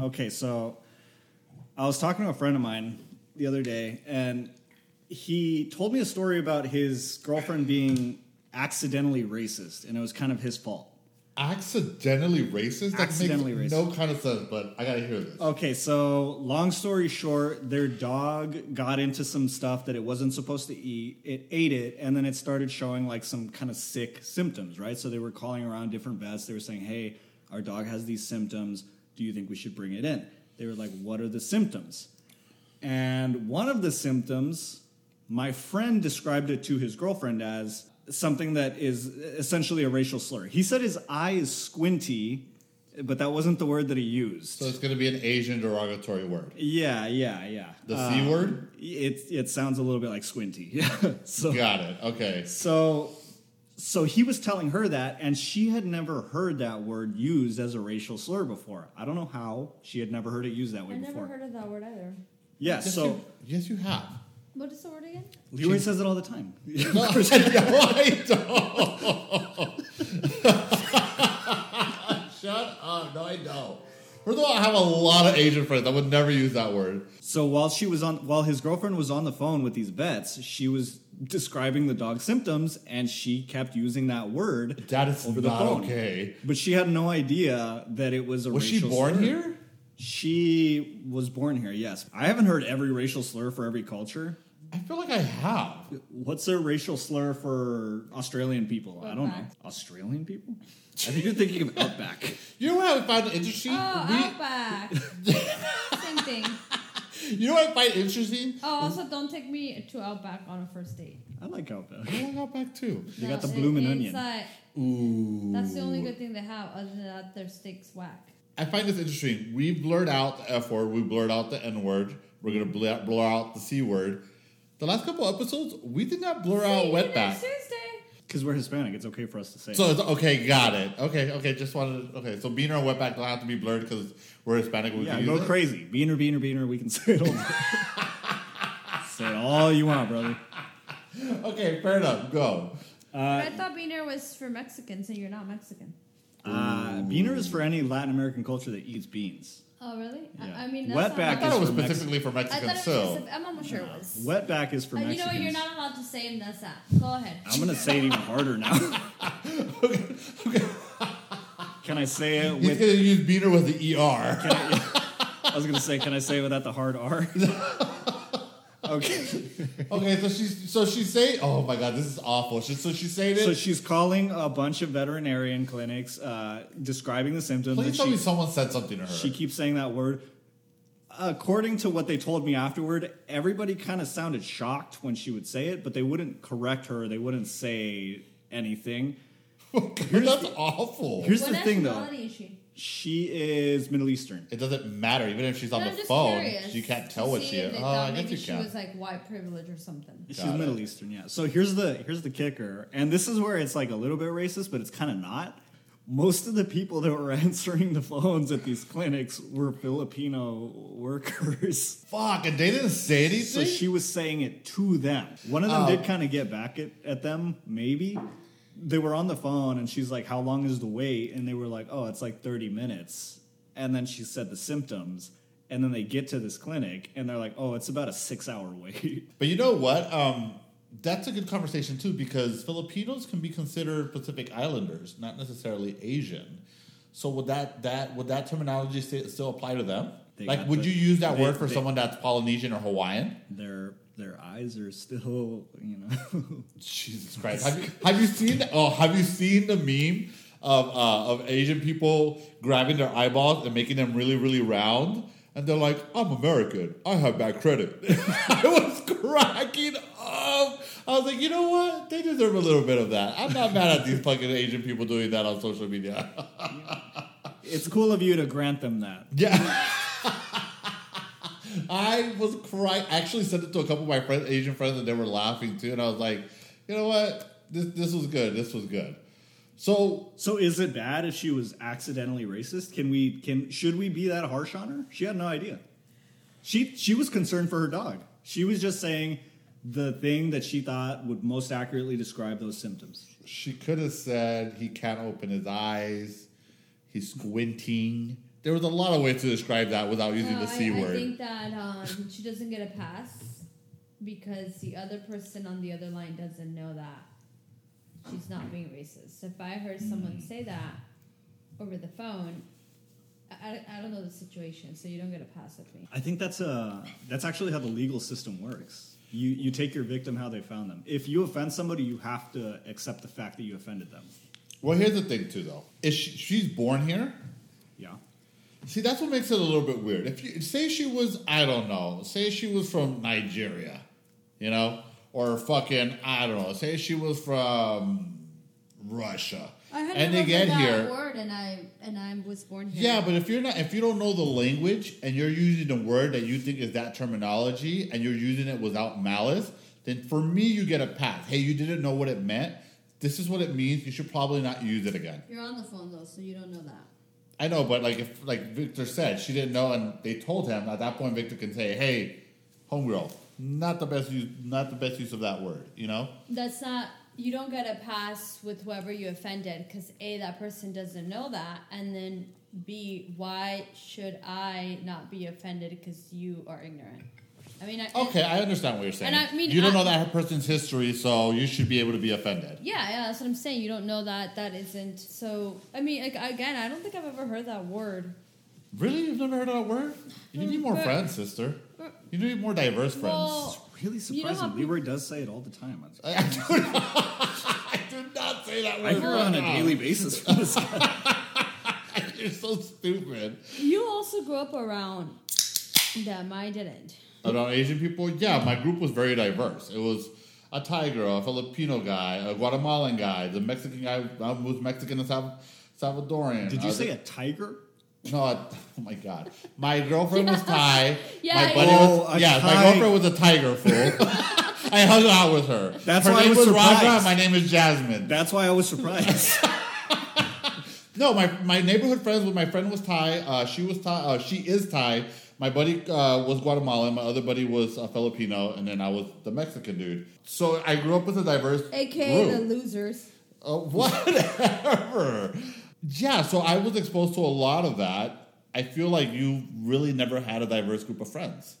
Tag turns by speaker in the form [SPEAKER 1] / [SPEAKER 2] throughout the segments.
[SPEAKER 1] Okay, so I was talking to a friend of mine the other day, and he told me a story about his girlfriend being accidentally racist, and it was kind of his fault.
[SPEAKER 2] Accidentally racist? That
[SPEAKER 1] Accidentally
[SPEAKER 2] makes
[SPEAKER 1] racist. Oh.
[SPEAKER 2] no kind of sense, but I gotta hear this.
[SPEAKER 1] Okay, so long story short, their dog got into some stuff that it wasn't supposed to eat. It ate it, and then it started showing like some kind of sick symptoms, right? So they were calling around different vets. They were saying, hey, our dog has these symptoms. Do you think we should bring it in? They were like, what are the symptoms? And one of the symptoms, my friend described it to his girlfriend as something that is essentially a racial slur. He said his eye is squinty, but that wasn't the word that he used.
[SPEAKER 2] So it's gonna be an Asian derogatory word.
[SPEAKER 1] Yeah, yeah, yeah.
[SPEAKER 2] The
[SPEAKER 1] Uh,
[SPEAKER 2] C word?
[SPEAKER 1] it it sounds a little bit like squinty. so
[SPEAKER 2] Got it. Okay.
[SPEAKER 1] so so he was telling her that, and she had never heard that word used as a racial slur before. I don't know how she had never heard it used that way
[SPEAKER 3] I
[SPEAKER 1] before.
[SPEAKER 3] never heard of that word either.
[SPEAKER 1] yeah,
[SPEAKER 2] Yes,
[SPEAKER 1] so
[SPEAKER 2] you, yes, you have.
[SPEAKER 3] What is the word again?
[SPEAKER 1] Leroy says it all the time.
[SPEAKER 2] No, I don't. Shut up. No, I don't. First of all, I have a lot of Asian friends. I would never use that word.
[SPEAKER 1] So while she was on, while his girlfriend was on the phone with these vets, she was describing the dog's symptoms, and she kept using that word.
[SPEAKER 2] That is
[SPEAKER 1] Over the
[SPEAKER 2] not
[SPEAKER 1] phone.
[SPEAKER 2] okay.
[SPEAKER 1] But she had no idea that it was a
[SPEAKER 2] Was she
[SPEAKER 1] racial
[SPEAKER 2] born
[SPEAKER 1] slur.
[SPEAKER 2] here?
[SPEAKER 1] She was born here, yes. I haven't heard every racial slur for every culture.
[SPEAKER 2] I feel like I have.
[SPEAKER 1] What's a racial slur for Australian people? I don't know.
[SPEAKER 3] Outback.
[SPEAKER 1] Australian people? I think you're thinking of Outback.
[SPEAKER 2] You know what I find interesting?
[SPEAKER 3] Oh,
[SPEAKER 2] We-
[SPEAKER 3] Outback. Same thing.
[SPEAKER 2] you know what I find interesting?
[SPEAKER 3] Oh, also don't take me to Outback on a first date.
[SPEAKER 1] I like Outback.
[SPEAKER 2] I got back too.
[SPEAKER 1] They got the
[SPEAKER 3] it-
[SPEAKER 1] bloomin' onion.
[SPEAKER 3] it's like-
[SPEAKER 2] Ooh.
[SPEAKER 3] that's the only good thing they have, other than that, their steaks whack.
[SPEAKER 2] I find this interesting. We blurred out the F word. We blurred out the N word. We're gonna blur, blur out the C word. The last couple episodes, we did not blur out
[SPEAKER 3] See you next
[SPEAKER 2] wetback.
[SPEAKER 3] Tuesday.
[SPEAKER 1] Because we're Hispanic, it's okay for us to say.
[SPEAKER 2] So it's okay. Got it. Okay. Okay. Just wanted. Okay. So being our wetback will have to be blurred because we're Hispanic. We
[SPEAKER 1] yeah,
[SPEAKER 2] can
[SPEAKER 1] go
[SPEAKER 2] use it.
[SPEAKER 1] crazy. Beaner, beaner, beaner. We can say it all. say it all you want, brother.
[SPEAKER 2] Okay. Fair enough. Go.
[SPEAKER 3] But I thought being there was for Mexicans, and you're not Mexican.
[SPEAKER 1] Uh, beaner is for any Latin American culture that eats beans.
[SPEAKER 3] Oh, really?
[SPEAKER 1] Yeah.
[SPEAKER 3] I, I mean,
[SPEAKER 1] Wetback
[SPEAKER 3] that's
[SPEAKER 2] I
[SPEAKER 1] is
[SPEAKER 3] not,
[SPEAKER 2] thought it was
[SPEAKER 1] for Mex-
[SPEAKER 2] specifically for
[SPEAKER 3] I thought it
[SPEAKER 2] Mexicans.
[SPEAKER 3] was
[SPEAKER 2] So
[SPEAKER 3] just- I'm almost sure it was.
[SPEAKER 1] Wetback is for
[SPEAKER 3] And Uh, you know
[SPEAKER 1] Mexicans.
[SPEAKER 3] what? You're not allowed to say in that's that. Go ahead.
[SPEAKER 1] I'm going to say it even harder now. Can I say it
[SPEAKER 2] he's
[SPEAKER 1] with
[SPEAKER 2] gonna use beater with the er.
[SPEAKER 1] I was gonna say, can I say without the hard R? okay.
[SPEAKER 2] Okay, so she's so she's saying, oh my god, this is awful. She, so she's saying it.
[SPEAKER 1] So she's calling a bunch of veterinarian clinics, uh, describing the symptoms.
[SPEAKER 2] Please
[SPEAKER 1] and
[SPEAKER 2] tell me
[SPEAKER 1] she,
[SPEAKER 2] someone said something to her.
[SPEAKER 1] she keeps saying that word. According to what they told me afterward, everybody kind of sounded shocked when she would say it, but they wouldn't correct her. They wouldn't say anything.
[SPEAKER 2] That's awful.
[SPEAKER 1] Here's
[SPEAKER 3] what
[SPEAKER 1] the thing, though.
[SPEAKER 3] nationality is she?
[SPEAKER 1] She is Middle Eastern.
[SPEAKER 2] It doesn't matter, even if she's on
[SPEAKER 3] No,
[SPEAKER 2] the
[SPEAKER 3] I'm just
[SPEAKER 2] phone,
[SPEAKER 3] curious
[SPEAKER 2] she can't
[SPEAKER 3] to
[SPEAKER 2] tell what
[SPEAKER 3] see
[SPEAKER 2] she
[SPEAKER 3] if
[SPEAKER 2] is.
[SPEAKER 3] they
[SPEAKER 2] Oh,
[SPEAKER 3] thought
[SPEAKER 2] I guess
[SPEAKER 3] maybe
[SPEAKER 2] you
[SPEAKER 3] she
[SPEAKER 2] can.
[SPEAKER 3] was like white privilege or something.
[SPEAKER 1] She's
[SPEAKER 2] Got it.
[SPEAKER 1] Middle Eastern, yeah. So here's the here's the kicker, and this is where it's like a little bit racist, but it's kind of not. Most of the people that were answering the phones at these clinics were Filipino workers.
[SPEAKER 2] Fuck, and they didn't say
[SPEAKER 1] So
[SPEAKER 2] anything.
[SPEAKER 1] she was saying it to them. One of them
[SPEAKER 2] Oh.
[SPEAKER 1] did kind of get back at, at them, maybe. They were on the phone and she's like, How long is the wait? And they were like, Oh, it's like 30 minutes. And then she said the symptoms. And then they get to this clinic and they're like, Oh, it's about a six hour wait.
[SPEAKER 2] but you know what? Um, that's a good conversation too, because Filipinos can be considered Pacific Islanders, not necessarily Asian. So would that that would that terminology sti- still apply to them?
[SPEAKER 1] They
[SPEAKER 2] like,
[SPEAKER 1] got
[SPEAKER 2] would
[SPEAKER 1] the-
[SPEAKER 2] you use that
[SPEAKER 1] they-
[SPEAKER 2] word for
[SPEAKER 1] they-
[SPEAKER 2] someone that's Polynesian or Hawaiian?
[SPEAKER 1] their their eyes are still you know
[SPEAKER 2] Jesus Christ. Have you, have you seen the, oh have you seen the meme of uh, of Asian people grabbing their eyeballs and making them really, really round? And they're like, I'm American. I have bad credit. I was cracking up. I was like, you know what? They deserve a little bit of that. I'm not mad at these fucking Asian people doing that on social media.
[SPEAKER 1] it's cool of you to grant them that
[SPEAKER 2] yeah. I was crying. I actually sent it to a couple of my friend, Asian friends, and they were laughing too. And I was like, you know what? This, this was good. This was good. So
[SPEAKER 1] so is it bad if she was accidentally racist can we can should we be that harsh on her she had no idea she she was concerned for her dog she was just saying the thing that she thought would most accurately describe those symptoms
[SPEAKER 2] She could have said he can't open his eyes. He's squinting. There was a lot of ways to describe that without using
[SPEAKER 3] No,
[SPEAKER 2] the c
[SPEAKER 3] I,
[SPEAKER 2] word.
[SPEAKER 3] I think that um, she doesn't get a pass because the other person on the other line doesn't know that she's not being racist. If I heard
[SPEAKER 2] Hmm.
[SPEAKER 3] someone say that over the phone, I, I I don't know the situation, so you don't get a pass with me.
[SPEAKER 1] I think that's a that's actually how the legal system works. You you take your victim how they found them. If you offend somebody, you have to accept the fact that you offended them.
[SPEAKER 2] well, here's the thing too, though. Is she, she's born here?
[SPEAKER 1] Yeah.
[SPEAKER 2] See, that's what makes it a little bit weird. If you say she was, I don't know, say she was from Nigeria, you know, or fucking, I don't know, say she was from Russia,
[SPEAKER 3] I had
[SPEAKER 2] and they get
[SPEAKER 3] that
[SPEAKER 2] here.
[SPEAKER 3] word, and I and I was born here.
[SPEAKER 2] Yeah, but if you're not, if you don't know the language and you're using a word that you think is that terminology and you're using it without malice, then for me, you get a pass. Hey, you didn't know what it meant. This is what it means. You should probably not use it again.
[SPEAKER 3] you're on the phone though, so you don't know that.
[SPEAKER 2] I know, but like if like Victor said, she didn't know, and they told him. At that point, Victor can say, "Hey, homegirl, not the best use, not the best use of that word." You know?
[SPEAKER 3] That's not. You don't get a pass with whoever you offended because a that person doesn't know that, and then b why should I not be offended because you are ignorant? I mean, I,
[SPEAKER 2] Okay, I understand what you're saying.
[SPEAKER 3] And I mean,
[SPEAKER 2] you don't
[SPEAKER 3] I-
[SPEAKER 2] know that person's history, so you should be able to be offended.
[SPEAKER 3] Yeah, yeah, that's what I'm saying. You don't know that. That isn't so. I mean, like, again, I don't think I've ever heard that word.
[SPEAKER 2] Really, you've never heard of that word? You need more
[SPEAKER 3] But-
[SPEAKER 2] friends, sister. You need more diverse friends.
[SPEAKER 3] Well-
[SPEAKER 1] It's really
[SPEAKER 3] You know
[SPEAKER 1] surprising.
[SPEAKER 3] how
[SPEAKER 1] Leroy does say it all the time. I,
[SPEAKER 2] I did not say that word.
[SPEAKER 1] I hear it on a
[SPEAKER 2] Wow.
[SPEAKER 1] daily basis from this guy.
[SPEAKER 2] You're so stupid.
[SPEAKER 3] You also grew up around them. I didn't.
[SPEAKER 2] around Asian people, yeah, my group was very diverse. It was a Thai girl, a Filipino guy, a Guatemalan guy, the Mexican guy I was Mexican and Sal- Salvadorian.
[SPEAKER 1] Did you
[SPEAKER 2] Uh,
[SPEAKER 1] say
[SPEAKER 2] the-
[SPEAKER 1] a tiger?
[SPEAKER 2] No, I- oh my god, my girlfriend was Thai.
[SPEAKER 3] Yeah,
[SPEAKER 2] my
[SPEAKER 3] I-
[SPEAKER 2] buddy
[SPEAKER 1] Oh, a
[SPEAKER 2] was yeah, my
[SPEAKER 1] Thai-
[SPEAKER 2] girlfriend was a tiger fool. I hung out with her.
[SPEAKER 1] That's
[SPEAKER 2] her
[SPEAKER 1] why I
[SPEAKER 2] name
[SPEAKER 1] was
[SPEAKER 2] was Raja.
[SPEAKER 1] surprised.
[SPEAKER 2] and My name is Jasmine.
[SPEAKER 1] That's why I was surprised.
[SPEAKER 2] No, my my neighborhood friends. My friend was Thai. Uh, she was Thai. Uh, she is Thai. My buddy uh, was Guatemalan. My other buddy was uh, Filipino, and then I was the Mexican dude. So I grew up with a diverse
[SPEAKER 3] AKA the
[SPEAKER 2] group.
[SPEAKER 3] losers.
[SPEAKER 2] Uh, whatever. Yeah. So I was exposed to a lot of that. I feel like you really never had a diverse group of friends.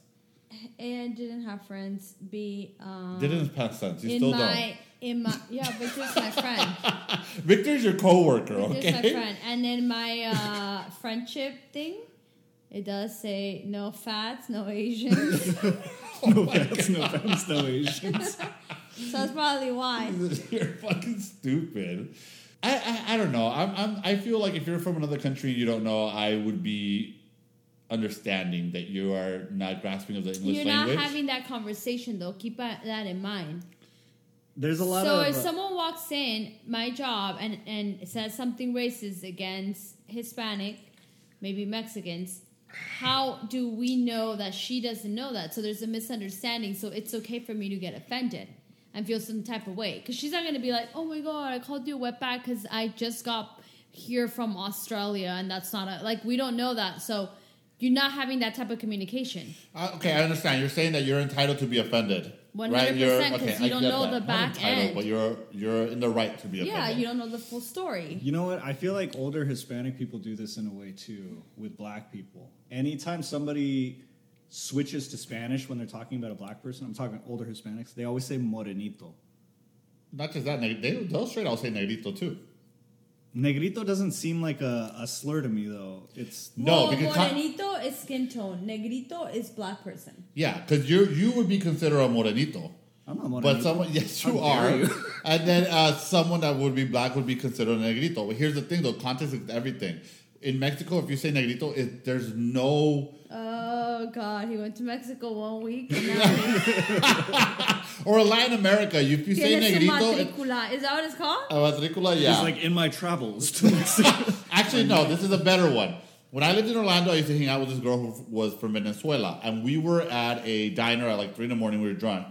[SPEAKER 3] A, I didn't have friends. B, um,
[SPEAKER 2] Didn't pass sense. You
[SPEAKER 3] in
[SPEAKER 2] still
[SPEAKER 3] my in my yeah, Victor's my friend.
[SPEAKER 2] don't. Victor's your coworker.
[SPEAKER 3] Victor's
[SPEAKER 2] Okay.
[SPEAKER 3] my friend. And in my uh, friendship thing, it does say no fats, no Asians.
[SPEAKER 1] no, that's no offense, no Asians.
[SPEAKER 3] so that's probably why.
[SPEAKER 2] you're fucking stupid. I, I I don't know. I'm I'm I feel like if you're from another country and you don't know, I would be understanding that you are not grasping of the English
[SPEAKER 3] You're
[SPEAKER 2] language.
[SPEAKER 3] not having that conversation though. Keep uh, that in mind.
[SPEAKER 1] There's a lot
[SPEAKER 3] So
[SPEAKER 1] of.
[SPEAKER 3] if
[SPEAKER 1] uh,
[SPEAKER 3] someone walks in my job and and says something racist against Hispanic, maybe Mexicans, how do we know that she doesn't know that? So there's a misunderstanding. So it's okay for me to get offended and feel some type of way because she's not gonna be like, oh my god, I called you a wetback because I just got here from Australia and that's not a like we don't know that. So you're not having that type of communication.
[SPEAKER 2] Uh, okay, I understand. You're saying that you're entitled to be offended. right?
[SPEAKER 3] 100%
[SPEAKER 2] You're-
[SPEAKER 3] 'cause
[SPEAKER 2] okay,
[SPEAKER 3] you
[SPEAKER 2] I
[SPEAKER 3] don't
[SPEAKER 2] get
[SPEAKER 3] know
[SPEAKER 2] that.
[SPEAKER 3] the
[SPEAKER 2] Not
[SPEAKER 3] back
[SPEAKER 2] entitled,
[SPEAKER 3] end.
[SPEAKER 2] But you're you're in the right to be offended.
[SPEAKER 3] Yeah, you don't know the full story.
[SPEAKER 1] You know what? I feel like older Hispanic people do this in a way too with black people. Anytime somebody switches to Spanish when they're talking about a black person, I'm talking older Hispanics, they always say morenito.
[SPEAKER 2] Not just that. neg- They, they'll straight out say negrito too.
[SPEAKER 1] Negrito doesn't seem like a, a slur to me though. It's
[SPEAKER 2] No,
[SPEAKER 3] Well,
[SPEAKER 2] because con-
[SPEAKER 3] morenito is skin tone. Negrito is black person.
[SPEAKER 2] yeah, because you you would be considered a morenito.
[SPEAKER 1] I'm not morenito.
[SPEAKER 2] But someone, yes, you
[SPEAKER 1] How dare
[SPEAKER 2] are.
[SPEAKER 1] you.
[SPEAKER 2] and then uh, someone that would be black would be considered a negrito. But here's the thing, though: context is everything. In Mexico, if you say negrito, it, there's no,
[SPEAKER 3] Oh God, he went to Mexico one week. And now
[SPEAKER 2] or Latin America, if you say
[SPEAKER 3] tiene su
[SPEAKER 2] negrito, it,
[SPEAKER 3] matricula. Is that what it's called?
[SPEAKER 2] a matricula, yeah.
[SPEAKER 1] It's like in my travels to Mexico.
[SPEAKER 2] Actually, no, this is a better one. When I lived in Orlando, I used to hang out with this girl who was from Venezuela, and we were at a diner at like three in the morning. We were drunk,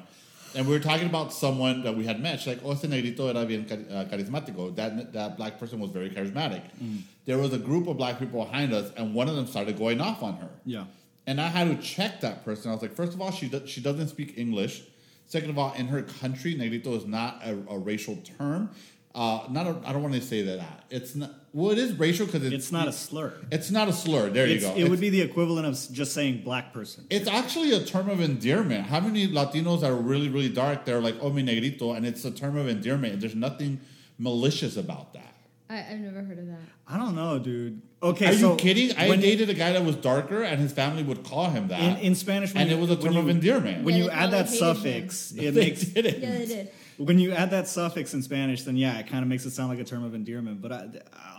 [SPEAKER 2] and we were talking about someone that we had met. She's like, "Oh, ese negrito era bien cari- uh, carismático." That that black person was very charismatic. There was a group of black people behind us, and one of them started going off on her.
[SPEAKER 1] yeah.
[SPEAKER 2] And I had to check that person. I was like, first of all, she do- she doesn't speak English. Second of all, in her country, negrito is not a, a racial term. Uh, not a, I don't want to say that. It's not. Well, it is racial because it's,
[SPEAKER 1] It's not a slur.
[SPEAKER 2] It's not a slur. There you
[SPEAKER 1] It's,
[SPEAKER 2] go.
[SPEAKER 1] it would be the equivalent of s- just saying black person.
[SPEAKER 2] It's actually a term of endearment. How many Latinos are really, really dark? They're like, oh, mi negrito, and it's a term of endearment. There's nothing malicious about that.
[SPEAKER 3] I, I've never heard of that.
[SPEAKER 1] I don't know, dude. Okay,
[SPEAKER 2] Are
[SPEAKER 1] so
[SPEAKER 2] you kidding? I
[SPEAKER 1] when you-
[SPEAKER 2] dated a guy that was darker, and his family would call him that.
[SPEAKER 1] in, in Spanish, when
[SPEAKER 2] and
[SPEAKER 1] you-
[SPEAKER 2] it was a
[SPEAKER 1] when
[SPEAKER 2] term
[SPEAKER 1] you-
[SPEAKER 2] of endearment.
[SPEAKER 1] When
[SPEAKER 3] Yeah,
[SPEAKER 1] you
[SPEAKER 3] they
[SPEAKER 1] add
[SPEAKER 3] probably
[SPEAKER 1] that
[SPEAKER 3] hated
[SPEAKER 1] suffix, it
[SPEAKER 2] they
[SPEAKER 1] makes
[SPEAKER 2] did it.
[SPEAKER 3] Yeah, they did.
[SPEAKER 1] when you add that suffix in Spanish, then yeah, it kind of makes it sound like a term of endearment. But I,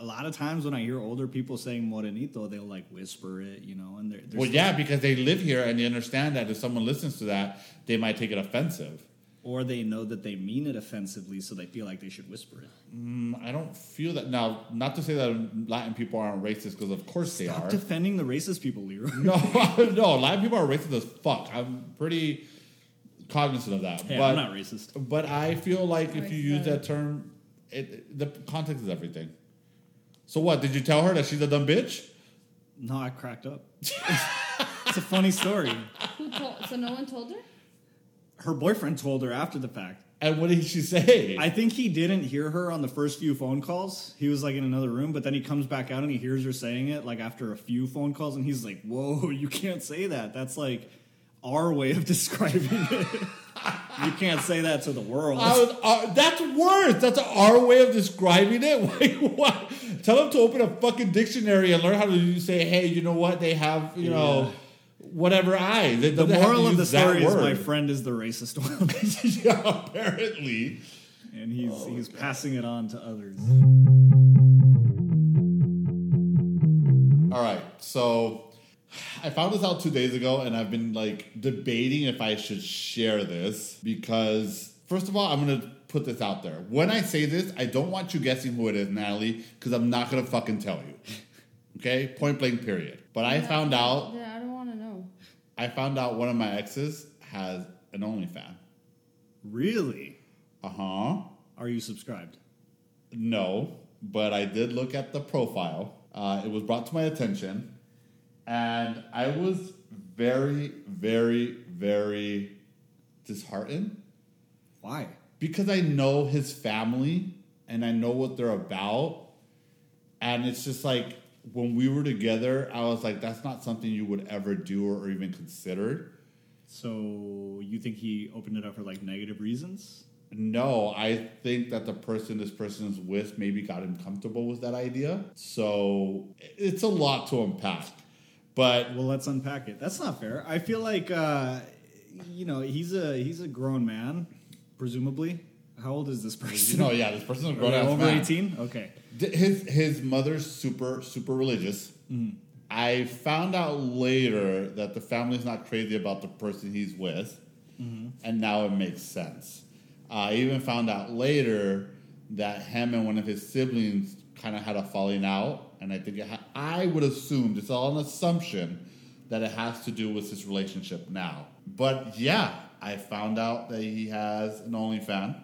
[SPEAKER 1] a lot of times when I hear older people saying morenito, they'll like whisper it, you know, and they're, they're
[SPEAKER 2] Well, yeah, because they live here and they understand that if someone listens to that, they might take it offensive.
[SPEAKER 1] or they know that they mean it offensively, so they feel like they should whisper it.
[SPEAKER 2] Mm, I don't feel that now. Not to say that Latin people aren't racist, because of course they
[SPEAKER 1] Stop
[SPEAKER 2] are.
[SPEAKER 1] defending the racist people, Leroy.
[SPEAKER 2] No, no, a lot of people are racist as fuck. I'm pretty cognizant of that.
[SPEAKER 1] Hey,
[SPEAKER 2] but
[SPEAKER 1] I'm not racist.
[SPEAKER 2] but I feel like if you use
[SPEAKER 3] Racist.
[SPEAKER 2] that term, it, the context is everything. So what? Did you tell her that she's a dumb bitch?
[SPEAKER 1] No, I cracked up. it's a funny story.
[SPEAKER 3] Who told? So no one told her.
[SPEAKER 1] Her boyfriend told her after the fact.
[SPEAKER 2] And what did she say?
[SPEAKER 1] I think he didn't hear her on the first few phone calls. He was like in another room, but then he comes back out and he hears her saying it like after a few phone calls, and he's like, "Whoa, you can't say that. That's like our way of describing it. you can't say that to the world."
[SPEAKER 2] I was, uh, that's worse. That's our way of describing it. Like, what? Tell them to open a fucking dictionary and learn how to say, hey, you know what? They have, you
[SPEAKER 1] Yeah.
[SPEAKER 2] know, whatever I. They,
[SPEAKER 1] the
[SPEAKER 2] they have to
[SPEAKER 1] moral of the
[SPEAKER 2] use that
[SPEAKER 1] story is my
[SPEAKER 2] word.
[SPEAKER 1] friend is the racist one,
[SPEAKER 2] yeah, apparently.
[SPEAKER 1] and he's
[SPEAKER 2] Oh,
[SPEAKER 1] he's passing it on to others.
[SPEAKER 2] All right. So I found this out two days ago, and I've been like debating if I should share this because, first of all, I'm going to put this out there. When I say this, I don't want you guessing who it is, Natalie, because I'm not going to fucking tell you. Okay? Point blank, period. But I found out,
[SPEAKER 3] Yeah, I don't want to know.
[SPEAKER 2] I found out one of my exes has an OnlyFan.
[SPEAKER 1] Really?
[SPEAKER 2] Uh huh.
[SPEAKER 1] Are you subscribed?
[SPEAKER 2] No, but I did look at the profile. Uh, it was brought to my attention, and I was very, very, very disheartened
[SPEAKER 1] Why?
[SPEAKER 2] because I know his family and I know what they're about. And it's just like when we were together, I was like, that's not something you would ever do or even consider.
[SPEAKER 1] So you think he opened it up for like negative reasons?
[SPEAKER 2] No, I think that the person this person's with maybe got him comfortable with that idea. So it's a lot to unpack. But
[SPEAKER 1] Well, let's unpack it. That's not fair. I feel like uh, you know he's a he's a grown man, presumably. How old is this
[SPEAKER 2] you
[SPEAKER 1] person?
[SPEAKER 2] know, yeah, this person's a grown
[SPEAKER 1] Are they
[SPEAKER 2] ass
[SPEAKER 1] over
[SPEAKER 2] man.
[SPEAKER 1] eighteen. Okay.
[SPEAKER 2] Th- His his mother's super super religious.
[SPEAKER 1] Mm-hmm.
[SPEAKER 2] I found out later that the family's not crazy about the person he's with, and now it makes sense. I even found out later that him and one of his siblings kind of had a falling out, and I think it ha- I would assume it's all an assumption that it has to do with his relationship now. But yeah, I found out that he has an OnlyFans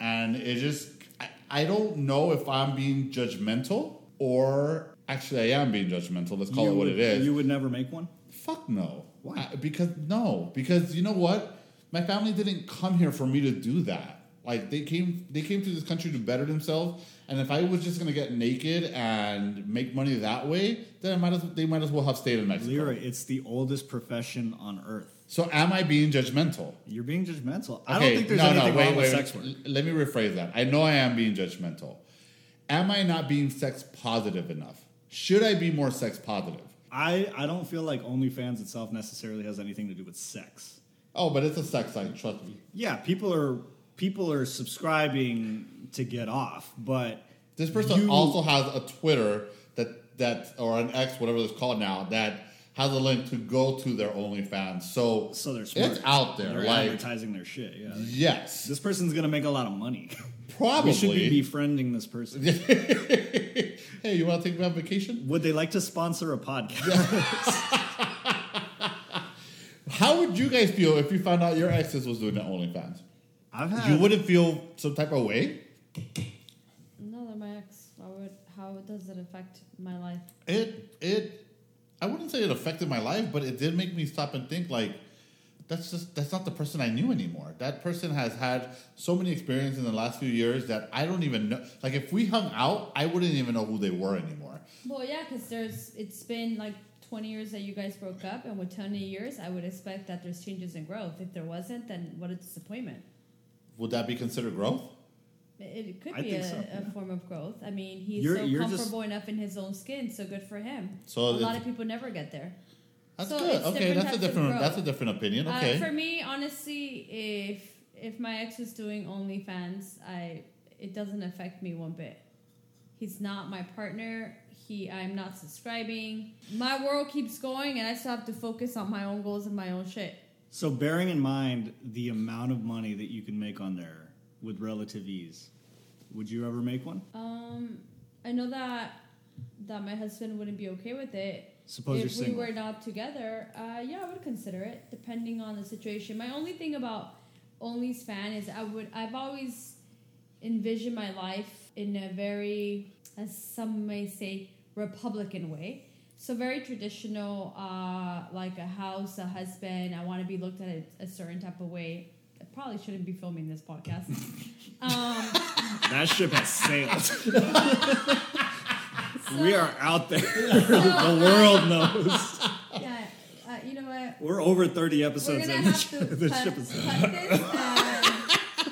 [SPEAKER 2] and it just I, I don't know if I'm being judgmental or actually I am being judgmental. Let's call
[SPEAKER 1] You
[SPEAKER 2] it what
[SPEAKER 1] would-
[SPEAKER 2] it is.
[SPEAKER 1] You would never make one.
[SPEAKER 2] Fuck no.
[SPEAKER 1] Why?
[SPEAKER 2] I- because no. Because you know what? My family didn't come here for me to do that. Like they came they came to this country to better themselves. And if I was just gonna get naked and make money that way, then I might as they might as well have stayed in Mexico.
[SPEAKER 1] Lyra, it's the oldest profession on earth.
[SPEAKER 2] So am I being judgmental?
[SPEAKER 1] You're being judgmental. I don't think there's anything wrong with sex work.
[SPEAKER 2] L- Let me rephrase that. I know I am being judgmental. Am I not being sex positive enough? Should I be more sex positive?
[SPEAKER 1] I, I don't feel like OnlyFans itself necessarily has anything to do with sex.
[SPEAKER 2] Oh, but it's a sex site, trust me.
[SPEAKER 1] Yeah, people are people are subscribing to get off, but
[SPEAKER 2] This person
[SPEAKER 1] You-
[SPEAKER 2] also has a Twitter that that or an X, whatever it's called now, that has a link to go to their OnlyFans. So,
[SPEAKER 1] so they're smart.
[SPEAKER 2] it's out there.
[SPEAKER 1] They're
[SPEAKER 2] like
[SPEAKER 1] advertising their shit. Yeah.
[SPEAKER 2] yes,
[SPEAKER 1] This person's gonna make a lot of money.
[SPEAKER 2] probably.
[SPEAKER 1] We should be befriending this person.
[SPEAKER 2] hey, you want to take me on vacation?
[SPEAKER 1] Would they like to sponsor a podcast?
[SPEAKER 2] How would you guys feel if you found out your exes was doing the OnlyFans?
[SPEAKER 1] I've had
[SPEAKER 2] You wouldn't feel some type of way.
[SPEAKER 3] No, they're my ex. How would? How does it affect my life?
[SPEAKER 2] It it I wouldn't say it affected my life, but it did make me stop and think like that's just that's not the person I knew anymore. That person has had so many experiences in the last few years that I don't even know. Like if we hung out, I wouldn't even know who they were anymore.
[SPEAKER 3] Well, yeah, because there's it's been like 20 years that you guys broke up, and with 20 years, I would expect that there's changes and growth. If there wasn't, then what a disappointment.
[SPEAKER 2] Would that be considered growth?
[SPEAKER 3] It it could
[SPEAKER 1] I
[SPEAKER 3] be
[SPEAKER 1] think
[SPEAKER 3] a,
[SPEAKER 1] so,
[SPEAKER 3] a
[SPEAKER 1] yeah.
[SPEAKER 3] form of growth. I mean, he's
[SPEAKER 1] You're-
[SPEAKER 3] so
[SPEAKER 1] you're just-
[SPEAKER 3] comfortable enough in his own skin, so good for him.
[SPEAKER 2] So
[SPEAKER 3] a
[SPEAKER 2] it's-
[SPEAKER 3] lot of people never get there.
[SPEAKER 2] That's
[SPEAKER 3] So
[SPEAKER 2] good.
[SPEAKER 3] it's
[SPEAKER 2] Okay,
[SPEAKER 3] different
[SPEAKER 2] that's
[SPEAKER 3] types
[SPEAKER 2] a
[SPEAKER 3] of
[SPEAKER 2] different
[SPEAKER 3] growth.
[SPEAKER 2] that's a different opinion.
[SPEAKER 3] Uh,
[SPEAKER 2] Okay.
[SPEAKER 3] for me, honestly, if if my ex was doing OnlyFans, I it doesn't affect me one bit. He's not my partner. He, I'm not subscribing. My world keeps going, and I still have to focus on my own goals and my own shit.
[SPEAKER 1] So bearing in mind the amount of money that you can make on there with relative ease, would you ever make one?
[SPEAKER 3] Um, I know that that my husband wouldn't be okay with it.
[SPEAKER 1] Suppose
[SPEAKER 3] if
[SPEAKER 1] you're
[SPEAKER 3] we
[SPEAKER 1] single.
[SPEAKER 3] were not together, uh, yeah, I would consider it depending on the situation. My only thing about OnlyFans fan is I would I've always envisioned my life in a very, as some may say, Republican way. So very traditional, uh, like a house, a husband. I want to be looked at a, a certain type of way. I probably shouldn't be filming this podcast. um,
[SPEAKER 1] that ship has sailed.
[SPEAKER 3] so-
[SPEAKER 1] we are out there.
[SPEAKER 3] so-
[SPEAKER 1] The world knows.
[SPEAKER 3] yeah, uh, you know what?
[SPEAKER 1] We're over 30
[SPEAKER 3] We're
[SPEAKER 1] episodes
[SPEAKER 3] gonna
[SPEAKER 1] in.
[SPEAKER 3] have to
[SPEAKER 1] the
[SPEAKER 3] cut,
[SPEAKER 1] ship
[SPEAKER 3] cut
[SPEAKER 1] is
[SPEAKER 3] this. Uh,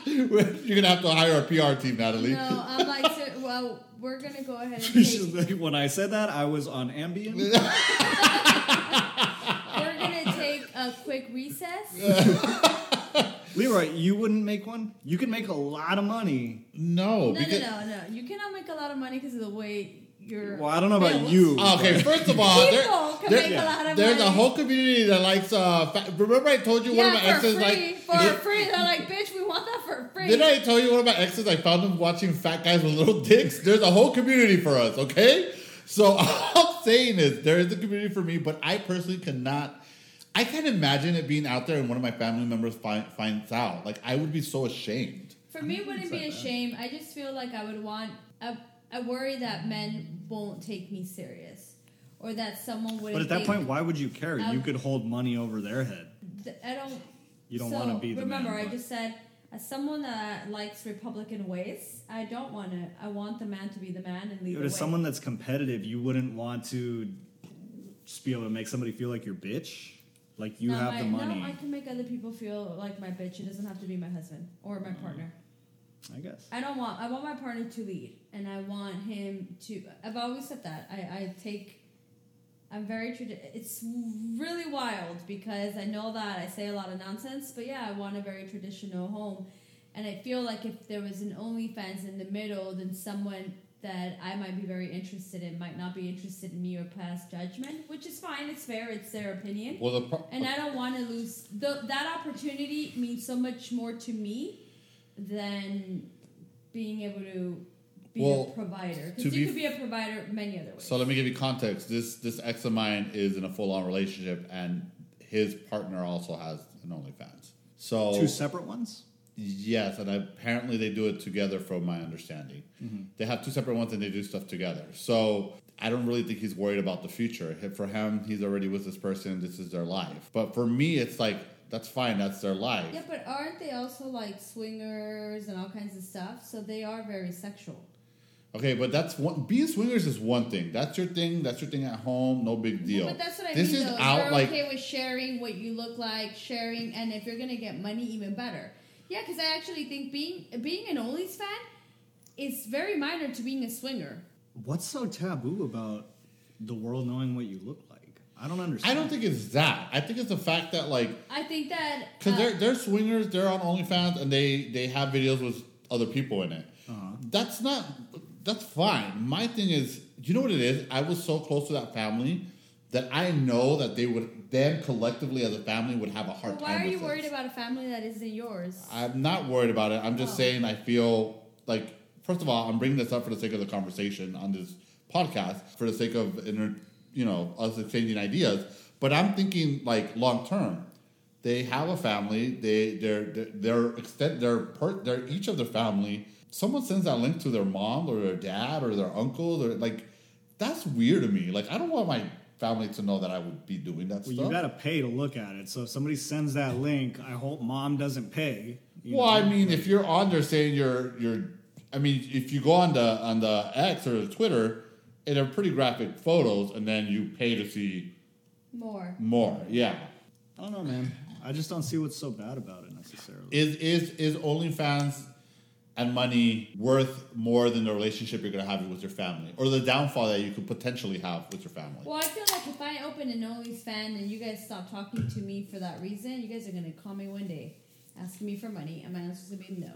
[SPEAKER 2] You're gonna have to hire a PR team, Natalie.
[SPEAKER 3] no, I'm like, so, well, we're gonna go ahead and take.
[SPEAKER 1] when I said that, I was on Ambien.
[SPEAKER 3] We're gonna take a quick recess.
[SPEAKER 1] Leroy, you wouldn't make one? You can make a lot of money.
[SPEAKER 2] No,
[SPEAKER 3] No, no,
[SPEAKER 2] because
[SPEAKER 3] no, no. You cannot make a lot of money because of the way you're.
[SPEAKER 1] Well, I don't know about
[SPEAKER 3] built.
[SPEAKER 1] you.
[SPEAKER 2] Okay, first of all, there-
[SPEAKER 3] People can
[SPEAKER 2] there-
[SPEAKER 3] make a lot of
[SPEAKER 2] there's a
[SPEAKER 3] money.
[SPEAKER 2] whole community that likes. Uh, fa- remember, I told you one of my
[SPEAKER 3] Yeah, for
[SPEAKER 2] exes
[SPEAKER 3] free,
[SPEAKER 2] like.
[SPEAKER 3] for free. They're like, bitch, we want that for free.
[SPEAKER 2] Didn't I tell you one of my exes? I found him watching fat guys with little dicks. There's a whole community for us, okay? So all I'm saying is there is a community for me, but I personally cannot. I can't imagine it being out there and one of my family members find, finds out. Like I would be so ashamed.
[SPEAKER 3] For me, it wouldn't be a
[SPEAKER 1] like that.
[SPEAKER 3] shame. I just feel like I would want. I, I worry that men won't take me serious, or that someone would.
[SPEAKER 1] But at that point, why would you care? You
[SPEAKER 3] Um,
[SPEAKER 1] could hold money over their head.
[SPEAKER 3] I don't.
[SPEAKER 1] You don't
[SPEAKER 3] so,
[SPEAKER 1] want to be the
[SPEAKER 3] Remember,
[SPEAKER 1] man.
[SPEAKER 3] I
[SPEAKER 1] but-
[SPEAKER 3] just said as someone that likes Republican ways, I don't want to. I want the man to be the man and lead
[SPEAKER 1] But
[SPEAKER 3] the way.
[SPEAKER 1] as someone that's competitive, you wouldn't want to just be able to make somebody feel like you're bitch. Like you
[SPEAKER 3] No,
[SPEAKER 1] have
[SPEAKER 3] I,
[SPEAKER 1] the money.
[SPEAKER 3] No, I can make other people feel like my bitch. It doesn't have to be my husband or
[SPEAKER 1] Mm-hmm.
[SPEAKER 3] my partner.
[SPEAKER 1] I guess.
[SPEAKER 3] I don't want. I want my partner to lead, and I want him to. I've always said that. I, I take. I'm very. Tradi- it's really wild because I know that I say a lot of nonsense, but yeah, I want a very traditional home, and I feel like if there was an OnlyFans in the middle, then someone that I might be very interested in might not be interested in me or pass judgment, which is fine. It's fair. It's their opinion.
[SPEAKER 2] Well, the pro-
[SPEAKER 3] And I don't want to lose the, that opportunity. Means so much more to me than being able to be
[SPEAKER 2] Well,
[SPEAKER 3] a provider.
[SPEAKER 2] to
[SPEAKER 3] Because you
[SPEAKER 2] be-
[SPEAKER 3] could be a provider many other ways.
[SPEAKER 2] So let me give you context. This this ex of mine is in a full on relationship, and his partner also has an OnlyFans. So
[SPEAKER 1] Two separate ones?
[SPEAKER 2] yes, and apparently they do it together, from my understanding. They have two separate ones, and they do stuff together. So I don't really think he's worried about the future. If- For him, he's already with this person. This is their life. But for me, it's like that's fine. That's their life.
[SPEAKER 3] yeah, but aren't they also like swingers and all kinds of stuff? So they are very sexual.
[SPEAKER 2] Okay, but that's one. Being swingers is one thing. That's your thing. That's your thing at home. No big deal.
[SPEAKER 3] But that's what I
[SPEAKER 2] this
[SPEAKER 3] mean.
[SPEAKER 2] is
[SPEAKER 3] though.
[SPEAKER 2] out
[SPEAKER 3] You're
[SPEAKER 2] like
[SPEAKER 3] okay with sharing what you look like, sharing, and if you're gonna get money, even better. Yeah, because I actually think being being an Ollie's fan is very minor to being a swinger.
[SPEAKER 1] What's so taboo about the world knowing what you look like? I don't
[SPEAKER 2] I
[SPEAKER 1] understand.
[SPEAKER 2] don't think it's that. I think it's the fact that like
[SPEAKER 3] I think that
[SPEAKER 2] because
[SPEAKER 3] uh,
[SPEAKER 2] they're they're swingers, they're on OnlyFans, and they they have videos with other people in it.
[SPEAKER 3] Uh-huh.
[SPEAKER 2] That's not that's fine. My thing is, you know what it is. I was so close to that family that I know that they would them collectively as a family would have a hard
[SPEAKER 3] Why
[SPEAKER 2] time.
[SPEAKER 3] are
[SPEAKER 2] with
[SPEAKER 3] you
[SPEAKER 2] this.
[SPEAKER 3] worried about a family that isn't yours?
[SPEAKER 2] I'm not worried about it. I'm just
[SPEAKER 3] Oh.
[SPEAKER 2] saying I feel like first of all, I'm bringing this up for the sake of the conversation on this podcast, for the sake of inter, you know us exchanging ideas. But I'm thinking like long term. They have a family. They their their their extent their per their each of their family. Someone sends that link to their mom or their dad or their uncle. Or like that's weird to me. Like I don't want my family to know that I would be doing that
[SPEAKER 1] Well,
[SPEAKER 2] stuff.
[SPEAKER 1] you got to pay to look at it. So if somebody sends that link, I hope mom doesn't pay. you
[SPEAKER 2] well,
[SPEAKER 1] know?
[SPEAKER 2] I mean, if you're on there saying you're you're, I mean, if you go on the on the X or the Twitter, and they're pretty graphic photos, and then you pay to see
[SPEAKER 3] More.
[SPEAKER 2] more. Yeah,
[SPEAKER 1] I don't know, man. I just don't see what's so bad about it necessarily.
[SPEAKER 2] is is is OnlyFans and money worth more than the relationship you're gonna have with your family, or the downfall that you could potentially have with your family?
[SPEAKER 3] Well, I feel like if I open an OnlyFans and you guys stop talking to me for that reason, you guys are gonna call me one day asking me for money, and my answer's gonna be no.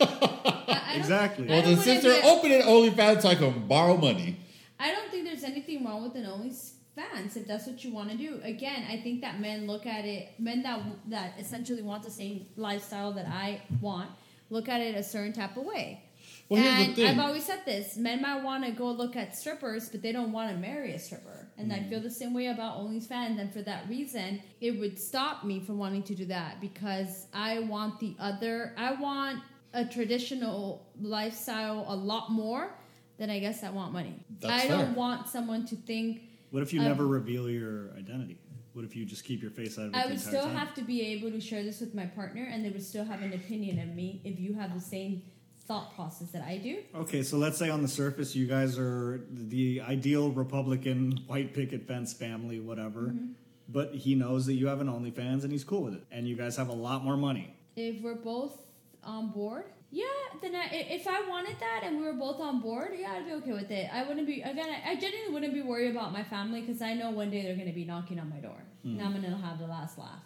[SPEAKER 3] I- I don't-
[SPEAKER 1] Exactly.
[SPEAKER 3] I
[SPEAKER 2] Well, then
[SPEAKER 3] don't wanna
[SPEAKER 2] since they're
[SPEAKER 3] get-
[SPEAKER 2] opening OnlyFans, so I can borrow money.
[SPEAKER 3] I don't think there's anything wrong with an OnlyFans if that's what you want to do. Again, I think that men look at it, men that that essentially want the same lifestyle that I want, look at it a certain type of way.
[SPEAKER 2] Well,
[SPEAKER 3] and
[SPEAKER 2] here's the thing.
[SPEAKER 3] I've always said this: men might want to go look at strippers, but they don't want to marry a stripper. And I feel the same way about OnlyFans. And for that reason, it would stop me from wanting to do that because I want the other. I want a traditional lifestyle a lot more than I guess I want money.
[SPEAKER 2] That's
[SPEAKER 3] I
[SPEAKER 2] fair.
[SPEAKER 3] don't want someone to think
[SPEAKER 1] What if you
[SPEAKER 3] Um,
[SPEAKER 1] never reveal your identity? What if you just keep your face out of it
[SPEAKER 3] I
[SPEAKER 1] the
[SPEAKER 3] would
[SPEAKER 1] entire
[SPEAKER 3] still
[SPEAKER 1] time?
[SPEAKER 3] have to be able to share this with my partner, and they would still have an opinion of me if you have the same thought process that I do.
[SPEAKER 1] Okay, so let's say on the surface you guys are the ideal Republican white picket fence family, whatever.
[SPEAKER 3] Mm-hmm.
[SPEAKER 1] But he knows that you have an OnlyFans and he's cool with it, and you guys have a lot more money.
[SPEAKER 3] If we're both on board, yeah, then I, i- if I wanted that and we were both on board, yeah, I'd be okay with it. I wouldn't be again. I, I genuinely wouldn't be worried about my family because I know one day they're going to be knocking on my door, and I'm going to have the last laugh.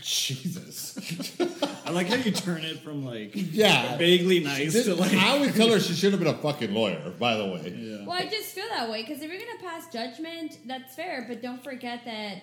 [SPEAKER 2] Jesus.
[SPEAKER 1] I like how you turn it from like
[SPEAKER 2] Yeah.
[SPEAKER 1] vaguely nice
[SPEAKER 2] This-
[SPEAKER 1] to like
[SPEAKER 2] I would tell her she should have been a fucking lawyer, by the way.
[SPEAKER 1] yeah.
[SPEAKER 3] Well, I just feel that way because if you're gonna pass judgment, that's fair. But don't forget that